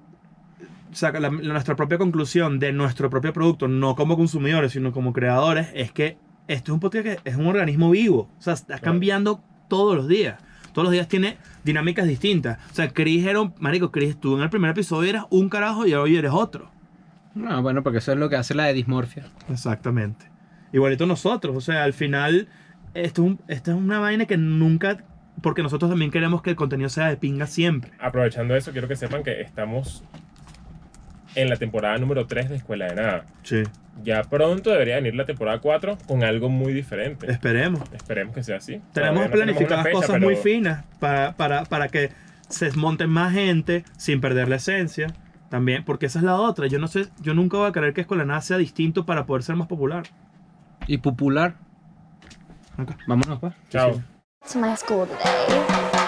S3: saca la- nuestra propia conclusión de nuestro propio producto, no como consumidores, sino como creadores, es que esto es un podcast que es un organismo vivo, o sea, está
S2: Claro.
S3: cambiando todos los días. Todos los días tiene dinámicas distintas. O sea, Chris era un, marico, Chris, tú en el primer episodio eras un carajo y hoy eres otro.
S4: No, Ah, bueno, porque eso es lo que hace la de dismorfia.
S3: Exactamente. Igualito nosotros, o sea, al final, esto es, un- esta es una vaina que nunca, porque nosotros también queremos que el contenido sea de pinga siempre.
S2: Aprovechando eso, quiero que sepan que estamos en la temporada número 3 de Escuela de Nada.
S3: Sí.
S2: Ya pronto debería venir la temporada 4 con algo muy diferente.
S3: Esperemos.
S2: Esperemos que sea así. Todavía
S3: Tenemos
S2: no
S3: planificadas
S2: una fecha,
S3: cosas
S2: pero
S3: muy finas para, para, para que se monten más gente sin perder la esencia. También, porque esa es la otra. Yo no sé, yo nunca voy a querer que Escuela de Nada sea distinto para poder ser más popular.
S4: Y popular.
S3: Acá.
S4: Vámonos, pues.
S2: Chao.
S1: to my school today.